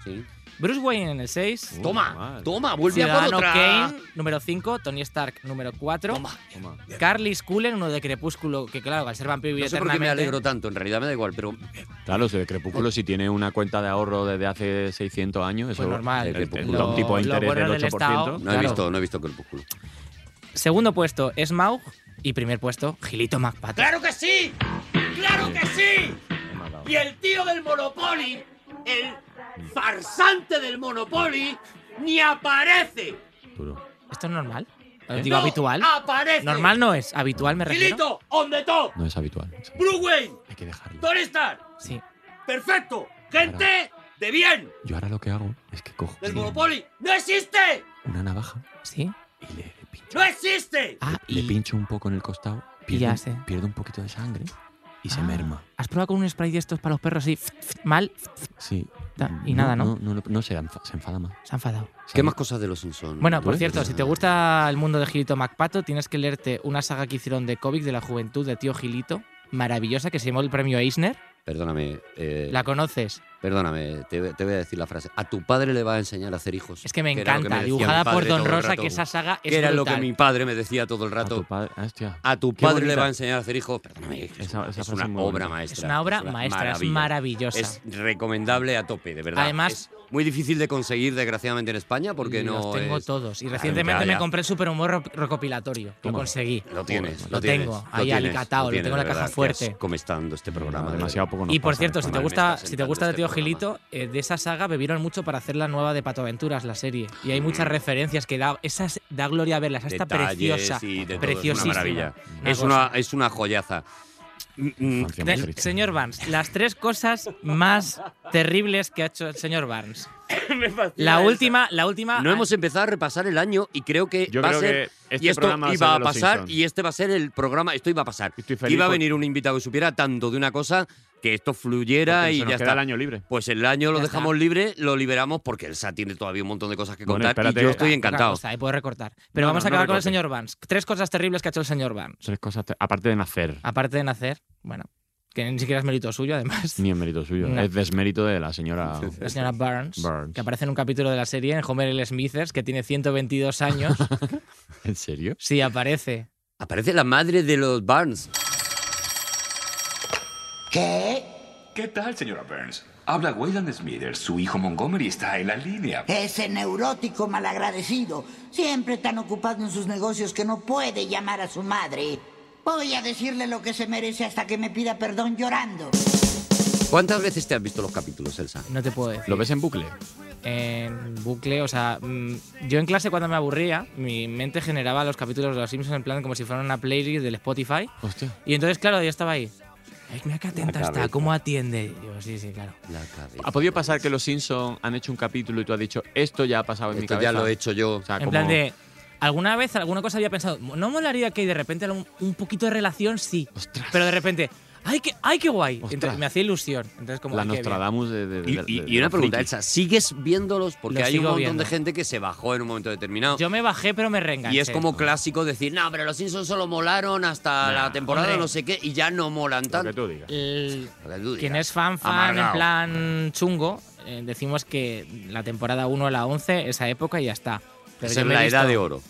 Bruce Wayne en el 6. Toma, toma, vuelve a por Ciudadano otra. Kane, número 5. Tony Stark, número 4. Carly Cullen, uno de Crepúsculo, que claro, al ser vampiro vive No sé por qué me eternamente. alegro tanto, en realidad me da igual, pero Claro, si de Crepúsculo, si tiene una cuenta de ahorro desde hace 600 años, eso Pues normal. el- el- el- Lo- un tipo de lo interés bueno del del 8%. Estado, No he claro. visto- no he visto Crepúsculo. Segundo puesto es Smaug. Y primer puesto, Gilito McPato. ¡Claro que sí! ¡Claro que sí! Y el tío del Monopoly, el farsante del Monopoly, ni aparece. ¿Esto es normal? ¿Eh? Digo, No habitual. Ah, este. aparece. Normal no es, habitual me refiero. Gilito, on the top. No es habitual. Bruce Wayne. Hay que dejarlo. Tony Stark. Sí. Perfecto. Gente de bien. Yo ahora lo que hago es que cojo Del Monopoly. ¡No existe! una navaja, ¿Sí? ¡No existe! le pincho un poco en el costado, Ah, ya pierdo, un- sé. pierdo un poquito de sangre y se Ah. merma. ¿Has probado con un spray de estos para los perros así, mal? Sí. Da- y nada, ¿no? No, no, no, se, enfa- se enfada más. Se ha enfadado. ¿Qué más cosas de los Simpsons? Bueno, por cierto, si te gusta el mundo de Gilito MacPato, tienes que leerte una saga que hicieron de cómic de la juventud de tío Gilito, maravillosa, que se llamó el premio Eisner. Perdóname. eh, ¿La conoces? Perdóname, te, te voy a decir la frase. A tu padre le va a enseñar a hacer hijos. Es que me era lo encanta, decía dibujada mi padre por Don todo el Rosa, rato. que esa saga es Que era lo que brutal. mi padre me decía todo el rato. A tu padre, Ah, qué bonita. le va a enseñar a hacer hijos. Perdóname, es, una- es una frase es muy obra bonita. maestra. Es una obra maestra, es maravillosa. Es recomendable a tope, de verdad. Además- Es muy difícil de conseguir, desgraciadamente, en España, porque no. Los tengo es- todos. Y Ah, recientemente ya, me ya. compré el superhumor rec- recopilatorio. Lo Toma. conseguí. Lo tienes, Lo, lo tienes, tengo. lo Ahí tienes, alicatado, lo, tienes, tengo en de la caja verdad, que fuerte. has comestando este programa. de demasiado verdad. poco nos Y por cierto, si te Mal me gusta, estás este si te gusta de Tío Gilito, eh, de esa saga bebieron mucho para hacer la nueva de Pato Aventuras, la serie. Y hay muchas referencias que da, esas da gloria verlas. Esta Mm. detalles preciosa, y de todo, Es preciosísima. una maravilla. Una Es cosa. una, es una joyaza. Mm, mm, De- señor Barnes, las tres cosas más terribles que ha hecho el señor Barnes. La última, la última. No hemos empezado a repasar el año y creo que Yo va creo a ser, que este y esto programa va a iba ser a de los pasar Simpsons. y este va a ser el programa, esto iba a pasar. feliz Iba a por- venir un invitado que supiera tanto de una cosa que esto fluyera Porque y se nos ya queda está. el año libre. Pues el año lo Ya dejamos está. libre, lo liberamos porque Elsa tiene todavía un montón de cosas que Bueno, contar espérate. y yo estoy Poca encantado. Cosa, eh, puedo recortar. Pero No, vamos no, a no acabar con el recortes. señor Barnes. Tres cosas terribles que ha hecho el señor Barnes. Tres cosas, te- aparte de nacer, Aparte de nacer, bueno, que ni siquiera es mérito suyo, además. ni en mérito suyo, No. es desmérito de la señora. La señora Barnes, Barnes. que aparece en un capítulo de la serie, en Homer L. Smithers, que tiene 122 años. ¿En serio? sí, aparece. Aparece la madre de los Barnes. ¿Qué? ¿Qué tal, señora Burns? Habla Wayland Smithers. Su hijo Montgomery está en la línea. Ese neurótico malagradecido, siempre tan ocupado en sus negocios que no puede llamar a su madre. Voy a decirle lo que se merece hasta que me pida perdón llorando. ¿Cuántas veces te has visto los capítulos, Elsa? No te puedo decir. ¿Lo ves en bucle? En bucle, o sea, mm, yo en clase cuando me aburría, mi mente generaba los capítulos de Los Simpsons en plan como si fuera una playlist del Spotify. Hostia. Y entonces, claro, yo estaba ahí. Ay, mira qué atenta está, cabeza. cómo atiende. Y yo, sí, sí, claro. La cabeza. ¿Ha podido pasar que los Simpsons han hecho un capítulo y tú has dicho, esto ya ha pasado en mi Esto cabeza? ya lo he hecho yo. O sea, en como- plan de, alguna vez, alguna cosa había pensado, ¿no molaría que de repente algún- un poquito de relación sí? Pero de repente, ¡ay, qué, ay, qué guay! Entonces, me hacía ilusión. Entonces, como, La ay, qué bien. Nostradamus de, de- de- Y, de- y- de y una los pregunta, frikis. Elsa, ¿sigues viéndolos? Porque Los hay un sigo montón viendo. de gente que se bajó en un momento determinado. Yo me bajé, pero me reenganché. Y es como clásico decir, no, pero los Simpsons solo molaron Nah, hasta la temporada hombre. no sé qué y ya no molan tanto. El- Lo que tú digas. Quien es fan, fan Amargao. en plan chungo, eh, decimos que la temporada 1 a la 11, esa época y ya está. Pero yo Esa es me he la edad visto- de oro.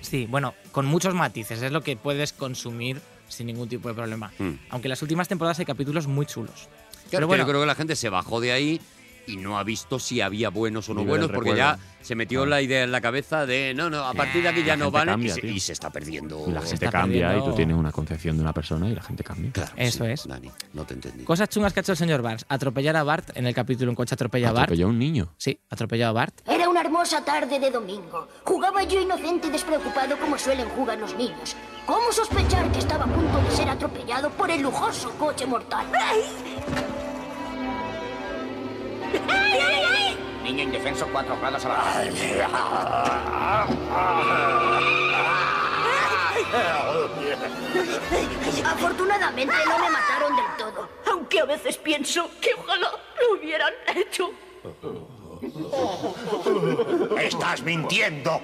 Sí, bueno, con muchos matices, es lo que puedes consumir sin ningún tipo de problema. Mm. Aunque en las últimas temporadas hay capítulos muy chulos. Claro, Pero bueno, yo creo que la gente se bajó de ahí y no ha visto si había buenos o no Vive del buenos porque ya recuerdo. se Ah. metió la idea en la cabeza de, no, no, a partir de aquí ya no valen y, se, y se está perdiendo. Y la Se gente está cambia y perdiendo- tú tienes una concepción de una persona y la gente cambia. Claro, Eso es. Ah, Dani, no te entendí. Cosas chungas que ha hecho el señor Barnes. Atropellar a Bart en el capítulo Un coche atropella a Bart. Atropelló a un niño. Sí, atropelló a Bart. Era una hermosa tarde de domingo. Jugaba yo inocente y despreocupado como suelen jugar los niños. ¿Cómo sospechar que estaba a punto de ser atropellado por el lujoso coche mortal? Niño indefenso, cuatro grados a Afortunadamente no me mataron del todo, aunque a veces pienso que ojalá lo hubieran hecho. Estás mintiendo.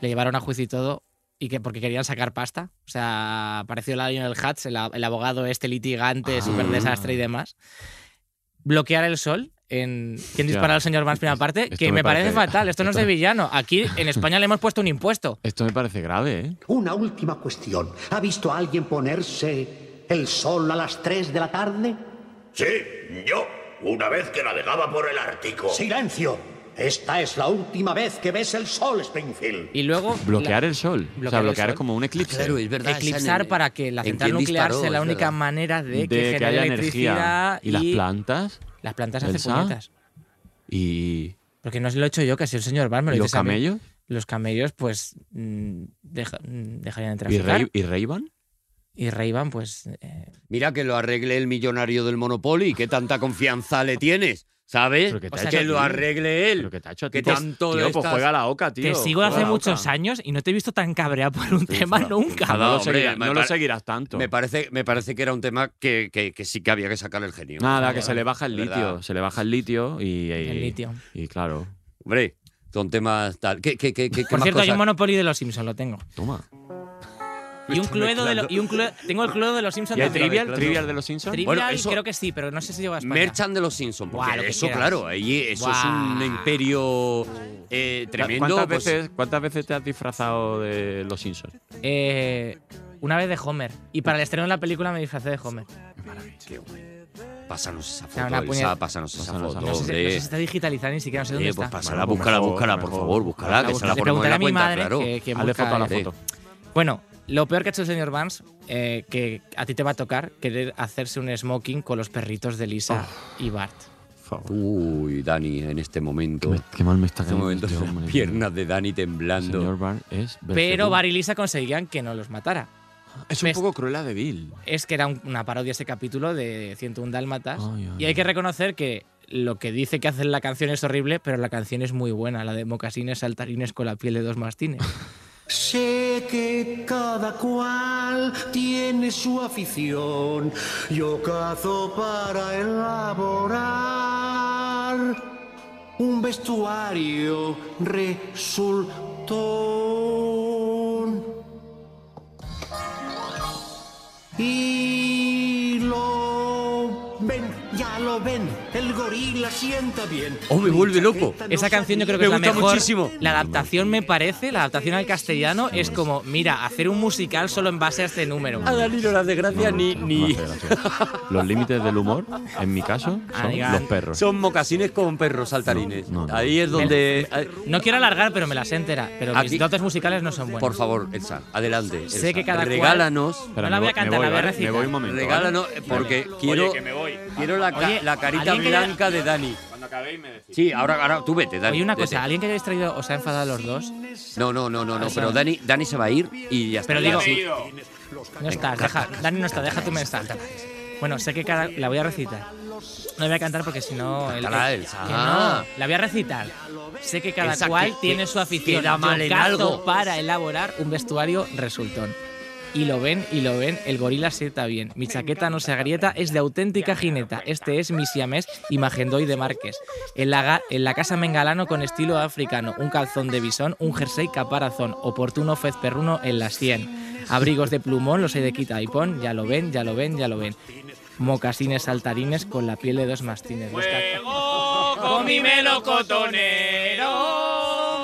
Le llevaron a juicio y todo. y que porque querían sacar pasta. O sea, apareció Lionel Hatz, el, a- el abogado este litigante, Ah. súper desastre y demás. Bloquear el sol en ¿Quién dispara al señor Vance primera parte? Esto que me me parece, parece- fatal. Esto no es esto- de villano. Aquí en España le hemos puesto un impuesto. Esto me parece grave, ¿eh? Una última cuestión. ¿Ha visto a alguien ponerse el sol a las 3 de la tarde? Sí, yo, una vez que navegaba por el Ártico. Silencio. Esta es la última vez que ves el sol, Springfield. Y luego... Bloquear el sol. o sea, bloquear el bloquear es sol. como un eclipse. Claro, es verdad. Eclipsar para que la central nuclear sea la única manera de que, genere haya energía. electricidad ¿Y, las plantas? Las plantas hacen Elsa? puñetas. Y. Porque no se lo he hecho yo, que ha sido el señor Barnes, me lo ¿Y hizo los saber. camellos? Los camellos, pues, mm, deja- mm, dejarían de ¿Y, traficar. Ray, ¿Y Ray-Ban? Y Ray-Ban, pues... Mira que lo arregle el millonario del Monopoly, que tanta confianza le tienes, ¿sabes? te ha Que, hecho a lo ti. arregle él. Que te ha hecho a ti. que Pues, tanto tío, le pues estás- juega a la oca, tío. Te sigo Juega hace a la muchos oca. años y no te he visto tan cabreado por un tema nunca. No lo, Hombre, seguirás- me no lo pare- seguirás tanto. Me parece, me parece que era un tema que, que- que sí que había que sacar el genio. Nada, que se le baja el De litio. verdad. Se le baja el litio y. y- El litio. Y claro. Hombre, son temas tal. ¿Qué, qué, qué, qué- qué Por más cierto, hay cosas? un Monopoly de los Simpsons, lo tengo. Toma. Y un está Cluedo de mezclando. los... Y un Clue- tengo el Cluedo de los Simpsons ¿Y hay también. Trivial? ¿Trivial de los Simpsons? Trivial Bueno, eso- creo que sí, pero no sé si llegó a España. Merchant de los Simpsons. Porque Guau, lo que eso, quieras. claro, ahí eso Guau. es un imperio eh, tremendo. ¿Cuántas, pues, veces, ¿Cuántas veces te has disfrazado de los Simpsons? Eh, una vez de Homer. Y para el estreno de la película me disfracé de Homer. Pásanos esa O sea, una foto, puñet- Elsa, pásanos esa Pásanos foto. esa No sé, si- no sé hombre. si está digitalizada ni siquiera, no sé dónde Eh, está. pues pásala, Bueno, búscala, mejor, búscala, por mejor. favor, búscala, que se la Le ponemos en preguntaré la a mi cuenta, madre claro. que- que Hazle busca foto a la el- foto. Bueno, lo peor que ha hecho el señor Vance, eh, que a ti te va a tocar querer hacerse un smoking con los perritos de Lisa y Bart. Uy, Dani, en este momento. Qué, mal me está En este cayendo momento, este las hombre. piernas de Dani El temblando. señor Barnes es. Pero Bart y Lisa conseguían que no los matara. Es un poco cruel de Bill. Es que era un- una parodia ese capítulo de 101 Dálmatas. y hay que reconocer que lo que dice que hace la canción es horrible, pero la canción es muy buena, la de mocasines saltarines con la piel de dos mastines. Sé que cada cual tiene su afición. Yo cazo para elaborar un vestuario resultón. Y lo ven, ya lo ven, el gorila sienta bien. ¡Oh, me vuelve loco! Esa canción yo creo que Me es la gusta mejor. muchísimo. La adaptación me parece, la adaptación al castellano es como, mira, hacer un musical solo en base a este número. A Dani no las desgracias ni. ni... Los límites del humor, en mi caso, son Amiga. los perros. Son mocasines con perros saltarines. Ahí es donde. No quiero alargar, pero me las entera. Pero Aquí- mis dotes musicales no son buenas. Por favor, Elsa, adelante. Sé Elsa. que cada cual- Regálanos. No la voy a cantar, la voy a recitar. Regálanos, eh, porque quiero, quiero la, ca- Oye, la carita ¿alguien que haya- blanca de Dani. Cuando acabéis me decís. Sí, ahora, ahora tú vete, Dani. Oye, una vete. cosa, ¿alguien que hayáis traído os ha enfadado a los dos? No, no, no, no, no, Ah, pero sí. Dani, Dani se va a ir y ya está. Pero digo, Sí. no estás, deja, Dani no está, deja tu mensaje. Bueno, sé que cada, la voy a recitar. No la voy a cantar porque si no. el- Cántala, que- Elsa. que no, la voy a recitar. Sé que cada Elsa, cual que- tiene que- su afición. queda Yo mal en cazo algo. para elaborar un vestuario resultón. Y lo ven, y lo ven, el gorila se está bien. Mi chaqueta no se agrieta, es de auténtica jineta. Este es mi siamés y magendoy de Márquez. En la, ga- en la casa me engalano con estilo africano, un calzón de bisón, un jersey caparazón, oportuno fez perruno en las 100. Abrigos de plumón, los hay de quita y pon, ya lo ven, ya lo ven, ya lo ven. Mocasines saltarines con la piel de dos mastines. Los ca- con mi melocotonero.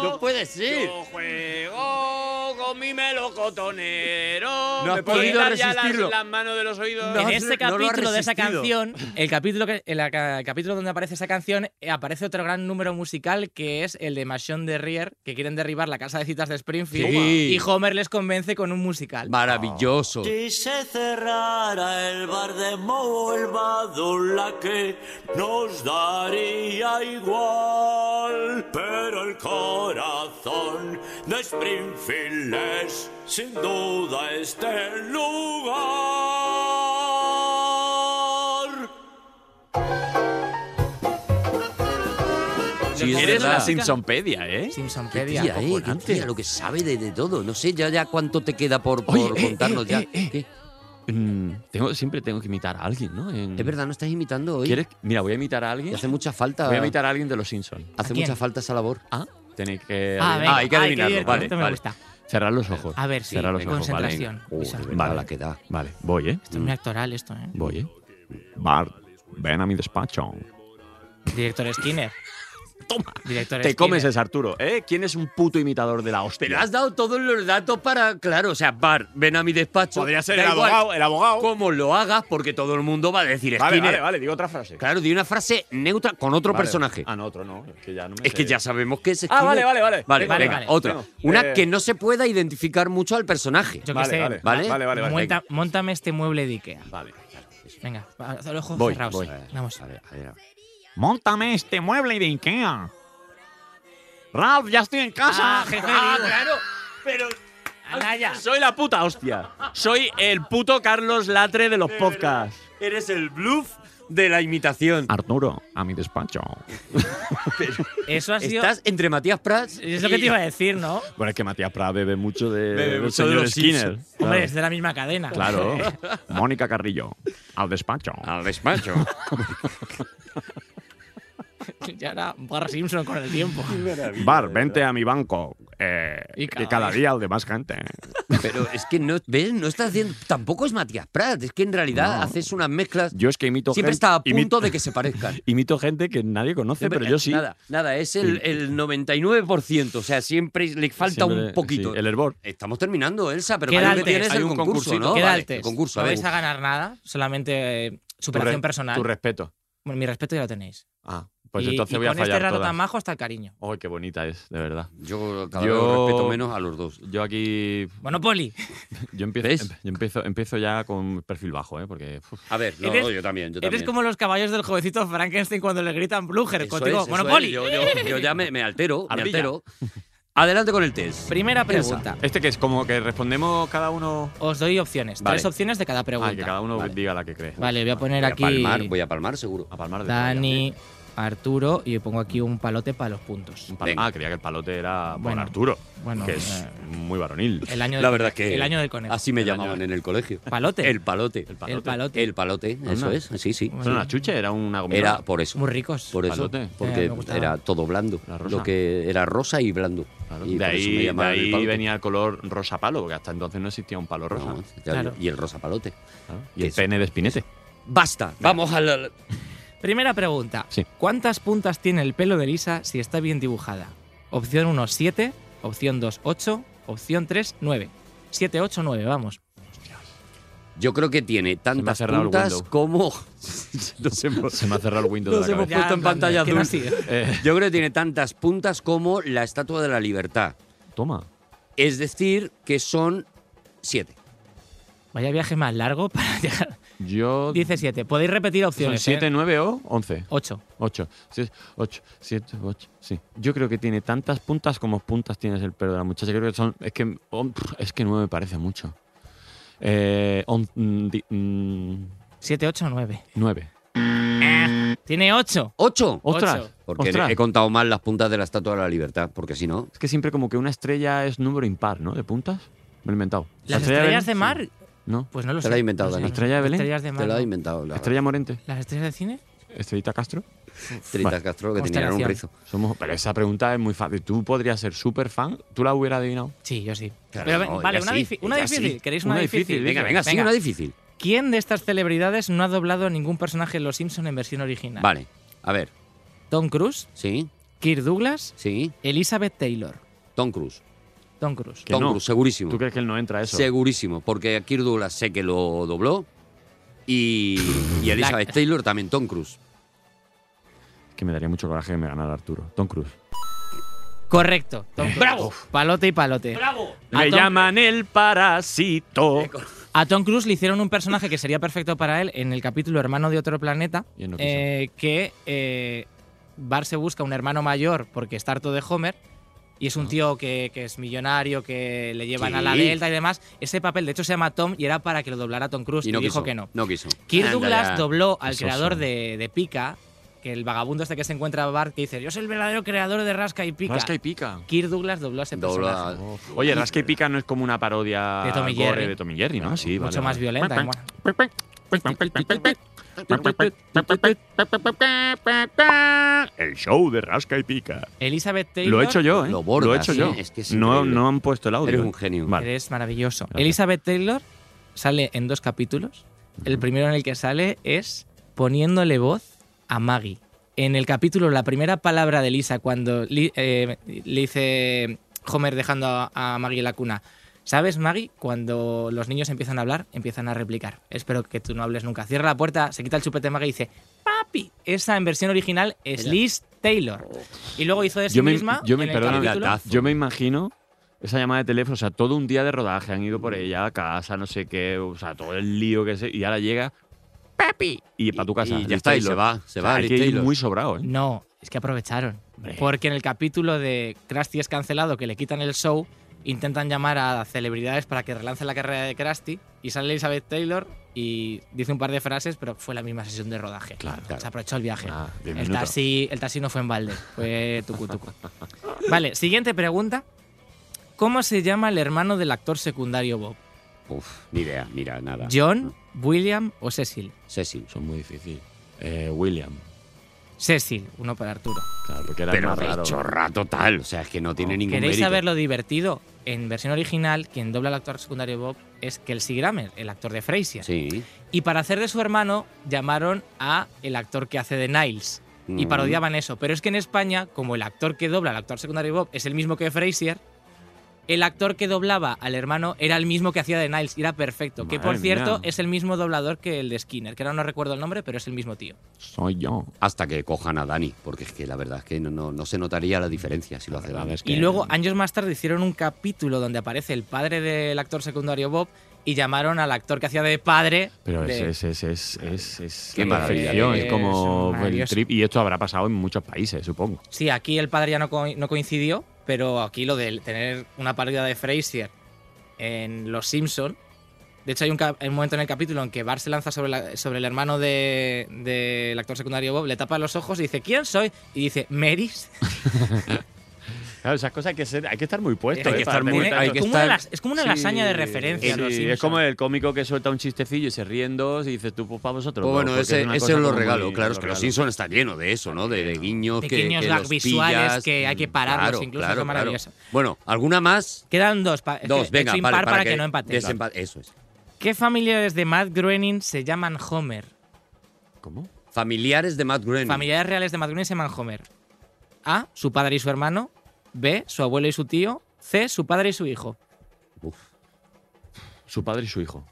No puede ser. Yo juego con mi melocotonero. No has Me puedo podido quitar ya las- resistirlo. Las, manos de los oídos. en ese no lo ha capítulo de esa resistido. canción, el capítulo, que, el, ca- el capítulo donde aparece esa canción, eh, aparece otro gran número musical que es el de Machon de Rier, que quieren derribar la casa de citas de Springfield. Sí. Y Homer les convence con un musical. Maravilloso. Si se cerrara el bar de Moulvadon, la que nos daría igual. Pero el corazón de Springfield es sin duda este lugar. Sí, es Eres verdad. la Simpsonpedia, ¿eh? Qué Simpsonpedia. tía, eh, qué tía, lo que sabe de, de todo. No sé ya, ya cuánto te queda por, por eh, contarnos ya. ¿Qué? Mm, tengo, siempre tengo que imitar a alguien, ¿no? En- Es verdad, no estás imitando hoy. ¿Quieres? Mira, voy a imitar a alguien. Y hace mucha falta. Voy a imitar a alguien de los Simpsons. Hace quién? mucha falta esa labor. Ah, tenéis que. Ah, adivinar. venga. hay que Ay, qué adivinarlo. divertido, vale, esto me vale. gusta. Cerrar los ojos. A ver, sí, Cerrar los venga, ojos, concentración. Vale, Esa. vale. Vale. la que da. Vale, voy, ¿eh? Esto es muy actoral, esto, ¿eh? Voy, ¿eh? Bart, ven a mi despacho. Director Skinner. Toma. Director Te Skinner. comes ese Arturo, ¿eh? ¿Quién es un puto imitador de la hostia? Pero has dado todos los datos para, claro, o sea, Bar, ven a mi despacho. Podría ser Da el igual abogado, el abogado. Cómo lo hagas, porque todo el mundo va a decir Vale, Skinner. vale, vale, digo otra frase. Claro, di una frase neutra con otro Vale. personaje. Ah, no, otro no. Es que ya no me Es que sé. ya sabemos que es Skinner. Ah, vale, vale, vale. Vale, Venga, venga, vale. otra. Venga. Una Eh, que no se pueda identificar mucho al personaje. Yo qué sé. Monta- Venga. Móntame este mueble de Ikea. Vale. Venga, va, los ojos Voy, cerrados. voy. Vamos. Móntame este mueble de Ikea. Ralph, ya estoy en casa. Ah, jefe, Ah, digo. claro. Pero. Anaya. Soy la puta hostia. Soy el puto Carlos Latre de los podcasts. Eres el bluff de la imitación. Arturo, a mi despacho. Eso ha sido. Estás entre Matías Prats. Es lo que te iba a decir, ¿no? Bueno, es que Matías Prat bebe mucho de, Bebe del mucho de señor los Skinner. Simpsons. Claro. Hombre, es de la misma cadena. Claro. Mónica Carrillo, al despacho. Al despacho. ya era Bar Simpson con el tiempo. Bar, vente a mi banco. eh, Y y cada cada, vez. día al de más gente. Pero es que no, ¿ves? no estás haciendo. Tampoco es Matías Prats. Es que en realidad No. haces unas mezclas. Yo es que imito Siempre gente- está a imito- punto de que se parezcan. Imito gente que nadie conoce, Siempre- pero yo sí. Nada, nada, es el, el 99%. O sea, siempre le falta Siempre, un poquito. sí, el hervor. Estamos terminando, Elsa, pero Queda para el que tienes test. el concurso, ¿no? Queda Vale, el test. concurso, a no ver. vais a ganar nada, solamente eh, superación personal. Tu respeto. Bueno, mi respeto ya lo tenéis. Ah, pues Y- entonces y voy a con este fallar rato todas. tan majo hasta el cariño. Ay, qué bonita es, de verdad. Yo cada vez os respeto menos a los dos. Yo aquí. Monopoly. Yo empiezo, em- yo empiezo, empiezo ya con perfil bajo, ¿eh? Porque. A ver, no, Eres- yo también, yo Eres también. como los caballos del jovencito Frankenstein cuando le gritan Blücher. Eso Contigo, es, eso Monopoly. es. Yo, yo- yo ya me, me altero, me Ardilla. altero. Adelante con el test. Primera Elsa. pregunta. Este que es como que respondemos cada uno. Os doy opciones. Vale. Tres opciones de cada pregunta. Ah, que cada uno Vale. diga la que cree. Vale, voy a poner Voy a aquí palmar, voy a palmar seguro. A palmar de Dani, Arturo y yo pongo aquí un palote para los puntos. Un pal- Ah, creía que el palote era por Bueno, Arturo, bueno, que es eh, muy varonil. El año del, La verdad es que el año del conejo. así me llamaban en el colegio. Palote. El palote. El El palote. El palote, eso Anda. es. Sí, sí. ¿Eso era una chuche? ¿Era una gominola? Era por eso. Muy ricos. Por eso. Palote. Porque Eh, me gustaba. era todo blando. La rosa. Lo que era rosa y blando. Y de por eso me ahí, de llamaban el ahí palote. venía el color rosa palo, porque hasta entonces no existía un palo rosa. No, ya- Claro. Y el rosa palote. Y el Eso. pene de espinete. Basta. Vamos al. al- Primera pregunta. Sí. ¿Cuántas puntas tiene el pelo de Lisa si está bien dibujada? Opción 1, 7. Opción 2, 8. Opción 3, 9. 7, 8, 9, vamos. Yo creo que tiene me ha tantas cerrado el puntas window. como. Nos hemos, Se me ha cerrado el Windows nos de la hemos cabeza. puesto en pantalla ¿Quién ha azul. sido? Eh, Yo creo que tiene tantas puntas como la Estatua de la Libertad. toma. Es decir, que son siete. Vaya viaje más largo para llegar. Yo. Dice 7. Podéis repetir ¿Son opciones. eh? 7, 9 o 11? 8. 8. 8, 7, 8. Sí. Yo creo que tiene tantas puntas como puntas tienes el pelo de la muchacha. Creo que son. Es que. oh, pff, es que 9 me parece mucho. Eh, 9. 7, 8, 9. Tiene 8. ¡Ocho! ¡Ostras! Ocho. Porque ¡Ostras! he contado mal las puntas de la Estatua de la Libertad, porque si no. Es que siempre como que una estrella es número impar, ¿no? De puntas. Me lo he inventado. La Las estrella de estrellas de Belén, mar. ¿No. Pues no lo Te sé. la he inventado, no sé. Dani. ¿La estrella de Belén? Estrellas de mar. Te lo no. he inventado. La Estrella Morente. ¿Las estrellas de cine? Estrellita Castro. Trita Castro, que tenían un Constelación. rizo. Somos, pero esa pregunta es muy fácil. Tú podrías ser súper fan. Tú la hubieras adivinado. Sí, yo sí. Claro, Pero, no, vale, ella una, sí, difi- una ella difícil. sí. ¿Queréis una, Una difícil, Venga, Venga. venga, sí, una difícil. ¿Quién de estas celebridades no ha doblado a ningún personaje en Los Simpson en versión original? Vale, a ver. Tom Cruise, Sí, Kirk Douglas, sí. Elizabeth Taylor. Tom Cruise. Tom Cruise. Que Tom no. Cruise, segurísimo. ¿Tú crees que él no entra a eso? Segurísimo, porque a Kirk Douglas sé que lo dobló. Y, y Elizabeth Taylor también, Tom Cruise. que me daría mucho coraje que me ganara Arturo. Tom Cruise. Correcto. Tom Cruise. Eh, ¡Bravo! Palote y palote. ¡Bravo! A Me Tom- llaman el parásito. A Tom Cruise le hicieron un personaje que sería perfecto para él en el capítulo Hermano de otro planeta, Y él no eh, que eh, Bart se busca un hermano mayor porque está harto de Homer. Y Ah. es un tío que, que es millonario, que le llevan a la Sí. Delta y demás. Ese papel, de hecho, se llama Tom y era para que lo doblara Tom Cruise. Y, Y no Pues dijo quiso, que no. No quiso. Kirk Anda ya. Douglas dobló al Eso creador sí. de, de Pika, que el vagabundo este que se encuentra a Bart, que dice, yo soy el verdadero creador de Rasca y Pika. Rasca y pica. Kirk Douglas dobló a ese Dobló a- personaje. Oye, Rasca y pica no es como una parodia De Tom y gore Jerry. de Tom y Jerry, ¿no? Sí, Mucho vale, más vale. violenta. y Cuac, más- cuac, cuac. El show de Rasca y Pica. Elizabeth Taylor. Lo he hecho yo, ¿eh? Lo bordas, he hecho ¿eh? yo. Es que es no, increíble. no han puesto el audio. Eres un genio. Vale. Eres maravilloso. Elizabeth Taylor sale en dos capítulos. El primero en el que sale es poniéndole voz a Maggie. En el capítulo, la primera palabra de Lisa cuando Li- eh, le dice Homer dejando a, a Maggie en la cuna. ¿Sabes, Maggie? Cuando los niños empiezan a hablar, empiezan a replicar. Espero que tú no hables nunca. Cierra la puerta, se quita el chupete de Maggie y dice, papi. Esa en versión original es Mira. Liz Taylor. Y luego hizo de sí Yo me, misma yo me- en el perdóname, capítulo. yo me imagino esa llamada de teléfono, o sea, todo un día de rodaje, han ido por ella a casa, no sé qué, o sea, todo el lío que se. Y ahora llega Papi. y para tu casa. y ya Liz está, y Taylor. se va, se O sea, va, hay Liz que ir Taylor. muy sobrado, ¿eh? No, es que aprovecharon. Porque en el capítulo de Krusty es cancelado, que le quitan el show, intentan llamar a celebridades para que relancen la carrera de Krusty y sale Elizabeth Taylor y dice un par de frases, pero fue la misma sesión de rodaje. Se aprovechó el viaje. Ah, diez el, minutos. taxi, el taxi no fue en balde, fue tucu tucu. vale, siguiente pregunta. ¿Cómo se llama el hermano del actor secundario Bob? Uf, ni idea, mira, Ah. nada. ¿John, William o Cecil? Cecil. Son muy difíciles. Eh, William. Cecil, uno para Arturo. Claro, porque era el Pero más raro. chorra total, o sea, es que no tiene ningún ¿Queréis mérito. saber lo divertido? En versión original, quien dobla al actor secundario Bob es Kelsey Grammer, el actor de Frasier. Sí. Y para hacer de su hermano, llamaron a el actor que hace de Niles. Y Mm. parodiaban eso. Pero es que en España, como el actor que dobla al actor secundario Bob es el mismo que Frasier, el actor que doblaba al hermano era el mismo que hacía de Niles. Y era perfecto. que por Madre cierto, mía. es el mismo doblador que el de Skinner. Que ahora no recuerdo el nombre, pero es el mismo tío. Soy yo. Hasta que cojan a Dani, porque es que la verdad es que no, no, no se notaría la diferencia si lo hace Dani. Y luego, años más tarde, hicieron un capítulo donde aparece el padre del actor secundario Bob y llamaron al actor que hacía de padre. Pero es, de- es, es, es, es, es Qué la maravilla, perfección, tío. Es como Es el maravilloso. trip. Y esto habrá pasado en muchos países, supongo. Sí, aquí el padre ya no, co- no coincidió, pero aquí lo de tener una parodia de Frasier en Los Simpson. De hecho, hay un, cap- hay un momento en el capítulo en que Bart se lanza sobre, la- sobre el hermano de- del actor secundario Bob, le tapa los ojos y dice, ¿quién soy? Y dice, ¿Meris? Claro, esas cosas hay que, ser, hay que estar muy puesto. Hay que ¿eh? Para estar muy- tener- hay que Es como estar- una las- es como una lasaña de referencia, Sí, los es Simpsons. como el cómico que suelta un chistecillo y se ríen dos y dices tú, pues para vosotros. Pues dos, bueno, porque ese, es una ese cosa os lo como regalo, muy- claro, os es lo que los regalo. Simpson está lleno de eso, ¿no? De, de guiños que- Pequeños que, gag los visuales pillas. mm, que hay que pararlos Claro, incluso, claro, son claro. maravillosos. Bueno, ¿alguna más? Quedan dos. pa- es que he Dos, hecho venga, impar vale, para que no empate. desempa- Eso es. ¿Qué familiares de Matt Groening se llaman Homer? Familiares de Matt Groening. Familiares reales de Matt Groening se llaman Homer. A, su padre y su hermano. B, su abuelo y su tío. C, su padre y su hijo. Su padre y su hijo.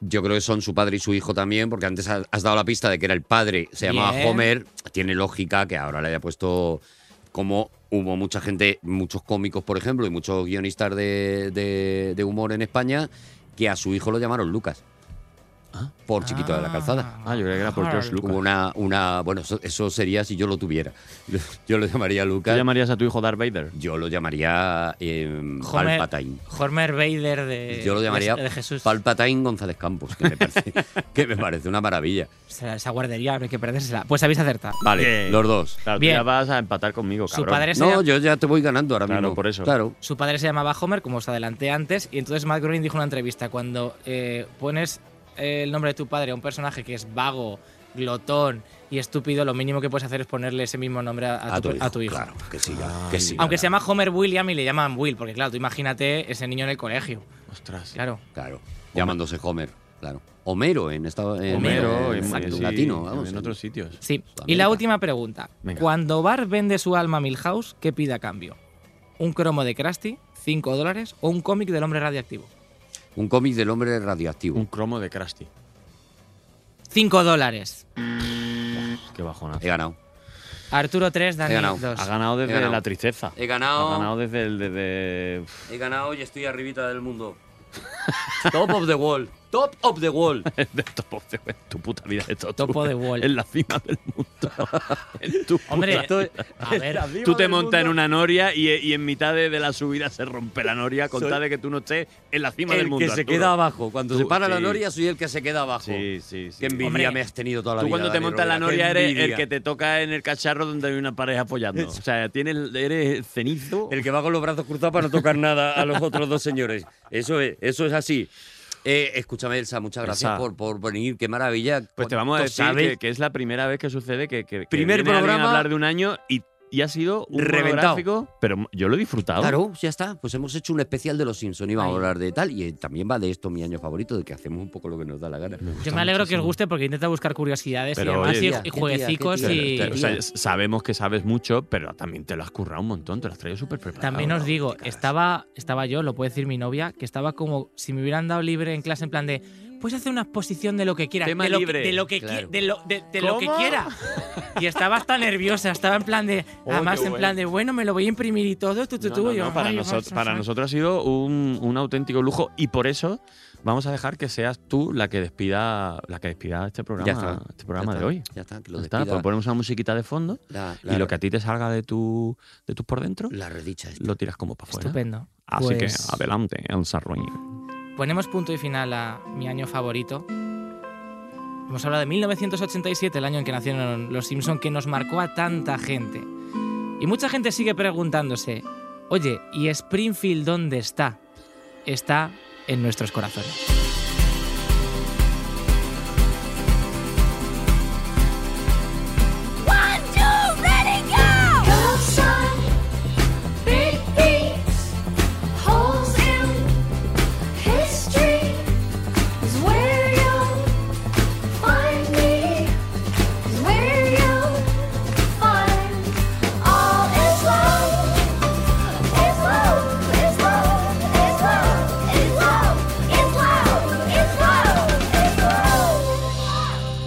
Yo creo que son su padre y su hijo también, porque antes has has dado la pista de que era el padre, se llamaba Bien. Homer. Tiene lógica que ahora le haya puesto como hubo mucha gente, muchos cómicos, por ejemplo, y muchos guionistas de, de- de humor en España, que a su hijo lo llamaron Lucas. Por chiquito de la calzada. Ah, yo creo que era por George Lucas. Hubo una, una bueno, eso, eso sería si yo lo tuviera. Yo lo llamaría ¿Tú Lucas. llamarías a tu hijo Darth Vader? Yo lo llamaría eh, Homer- Palpatine. Homer Vader de, Yo lo llamaría de, de Jesús. Palpatine González Campos, que me parece, que me parece una maravilla. Esa esa guardería no hay que perdérsela. Pues habéis acertado. Vale, Bien. los dos. Claro, tú Bien. ya vas a empatar conmigo, Su cabrón. padre se No, llama- yo ya te voy ganando ahora Claro, mismo. por eso. Claro. Su padre se llamaba Homer, como os adelanté antes, y entonces Matt Groening dijo en una entrevista, cuando eh, pones eh, el nombre de tu padre a un personaje que es vago, glotón y estúpido, lo mínimo que puedes hacer es ponerle ese mismo nombre a, a tu, a tu hijo. Claro, que siga. que siga. Aunque se llama Homer William y le llaman Will, porque claro, tú imagínate ese niño en el colegio. Ostras. Claro. Claro. Llamándose Homer, claro. Homero en estado en, Homero, en- en, en sí, latino, vamos. en otros sitios. Sí. Y Sudamérica. la última pregunta. Venga. Cuando Bart vende su alma a Milhouse, ¿qué pide a cambio? ¿Un cromo de Krusty, 5 dólares o un cómic del hombre radiactivo? Un cómic del hombre radioactivo. Un cromo de Krusty. 5 dólares. Qué bajona. He ganado. Arturo 3, He Dani ganado. 2. Ha ganado desde He ganado. la tristeza. He ganado. Ha ganado desde el. Desde... Uf, He ganado y estoy arribita del mundo. Top of the wall. Top of the wall. de top of the- tu puta vida de todo. Topo de wall. En la cima del mundo. En tu puta Hombre, vida. a ver, Tú te montas en una noria y, eh, y en mitad de, de la subida se rompe la noria con tal de que tú no estés en la cima del El mundo. que se Arturo. queda abajo. Cuando se Tú- para la sí. noria, soy el que se queda abajo. Sí, sí, sí. Qué envidia Hombre, me has tenido toda la Tú vida. cuando te Dani montas en la Rovira, qué noria eres el envidia. que te toca en el cacharro donde hay una pareja apoyando. O sea, tienes, eres cenizo. El que va con los brazos cruzados para no tocar nada a los otros dos señores. Eso es, eso es así. Eh, escúchame, Elsa, muchas gracias Elsa. por, por venir. Qué maravilla. Pues te vamos a ¿Cuánto decir sabes? que, que es la primera vez que sucede que, que- que Primer viene alguien programa- a hablar de un año y, y ha sido un Reventado. monográfico, pero yo lo he disfrutado. Claro, ya está. Pues hemos hecho un especial de los Simpsons y vamos a hablar de tal. Y eh, también va de esto mi año favorito, de que hacemos un poco lo que nos da la gana. Este Yo me alegro que os guste porque intenta buscar curiosidades y demás, oye, y- tía, y qué jueguecicos tía, qué y. tía, o sea, sabemos que sabes mucho, pero también te lo has currado un montón, te lo has traído súper preparado. También os digo, estaba, estaba yo, lo puede decir mi novia, que estaba como si me hubieran dado libre en clase en plan de puedes hacer una exposición de lo que quieras, Tema de lo libre. que de lo que qui- Claro. de lo, de- de lo que ¿Cómo? quiera. Y estaba hasta nerviosa, estaba en plan de Oh, además qué en plan de bueno, me lo voy a imprimir y todo, tu, tu, Este No, tu", no, yo, no, para, "Ay, nosot- ay, para ay". nosotros ha sido un, un auténtico lujo y por eso vamos a dejar que seas tú la que despida la que despida este programa, Ya está, este programa de ya está, hoy. ya está, que lo Ya está, despida- pues ponemos una musiquita de fondo La- y la- lo que a ti te salga de tu de tus por dentro, la redicha esta. lo tiras como para afuera. Estupendo. Así Pues- que adelante, Elsa Ruiz. Ponemos punto y final a mi año favorito. Hemos hablado de 1987, el año en que nacieron los Simpson, que nos marcó a tanta gente. Y mucha gente sigue preguntándose, oye, ¿y Springfield dónde está? Está en nuestros corazones. One, two, ready, go! Gold sun, big beats, holes in history is where you'll find me. Is where you'll find all is love. Is love, is love, is love, is love, is love, is love, is love.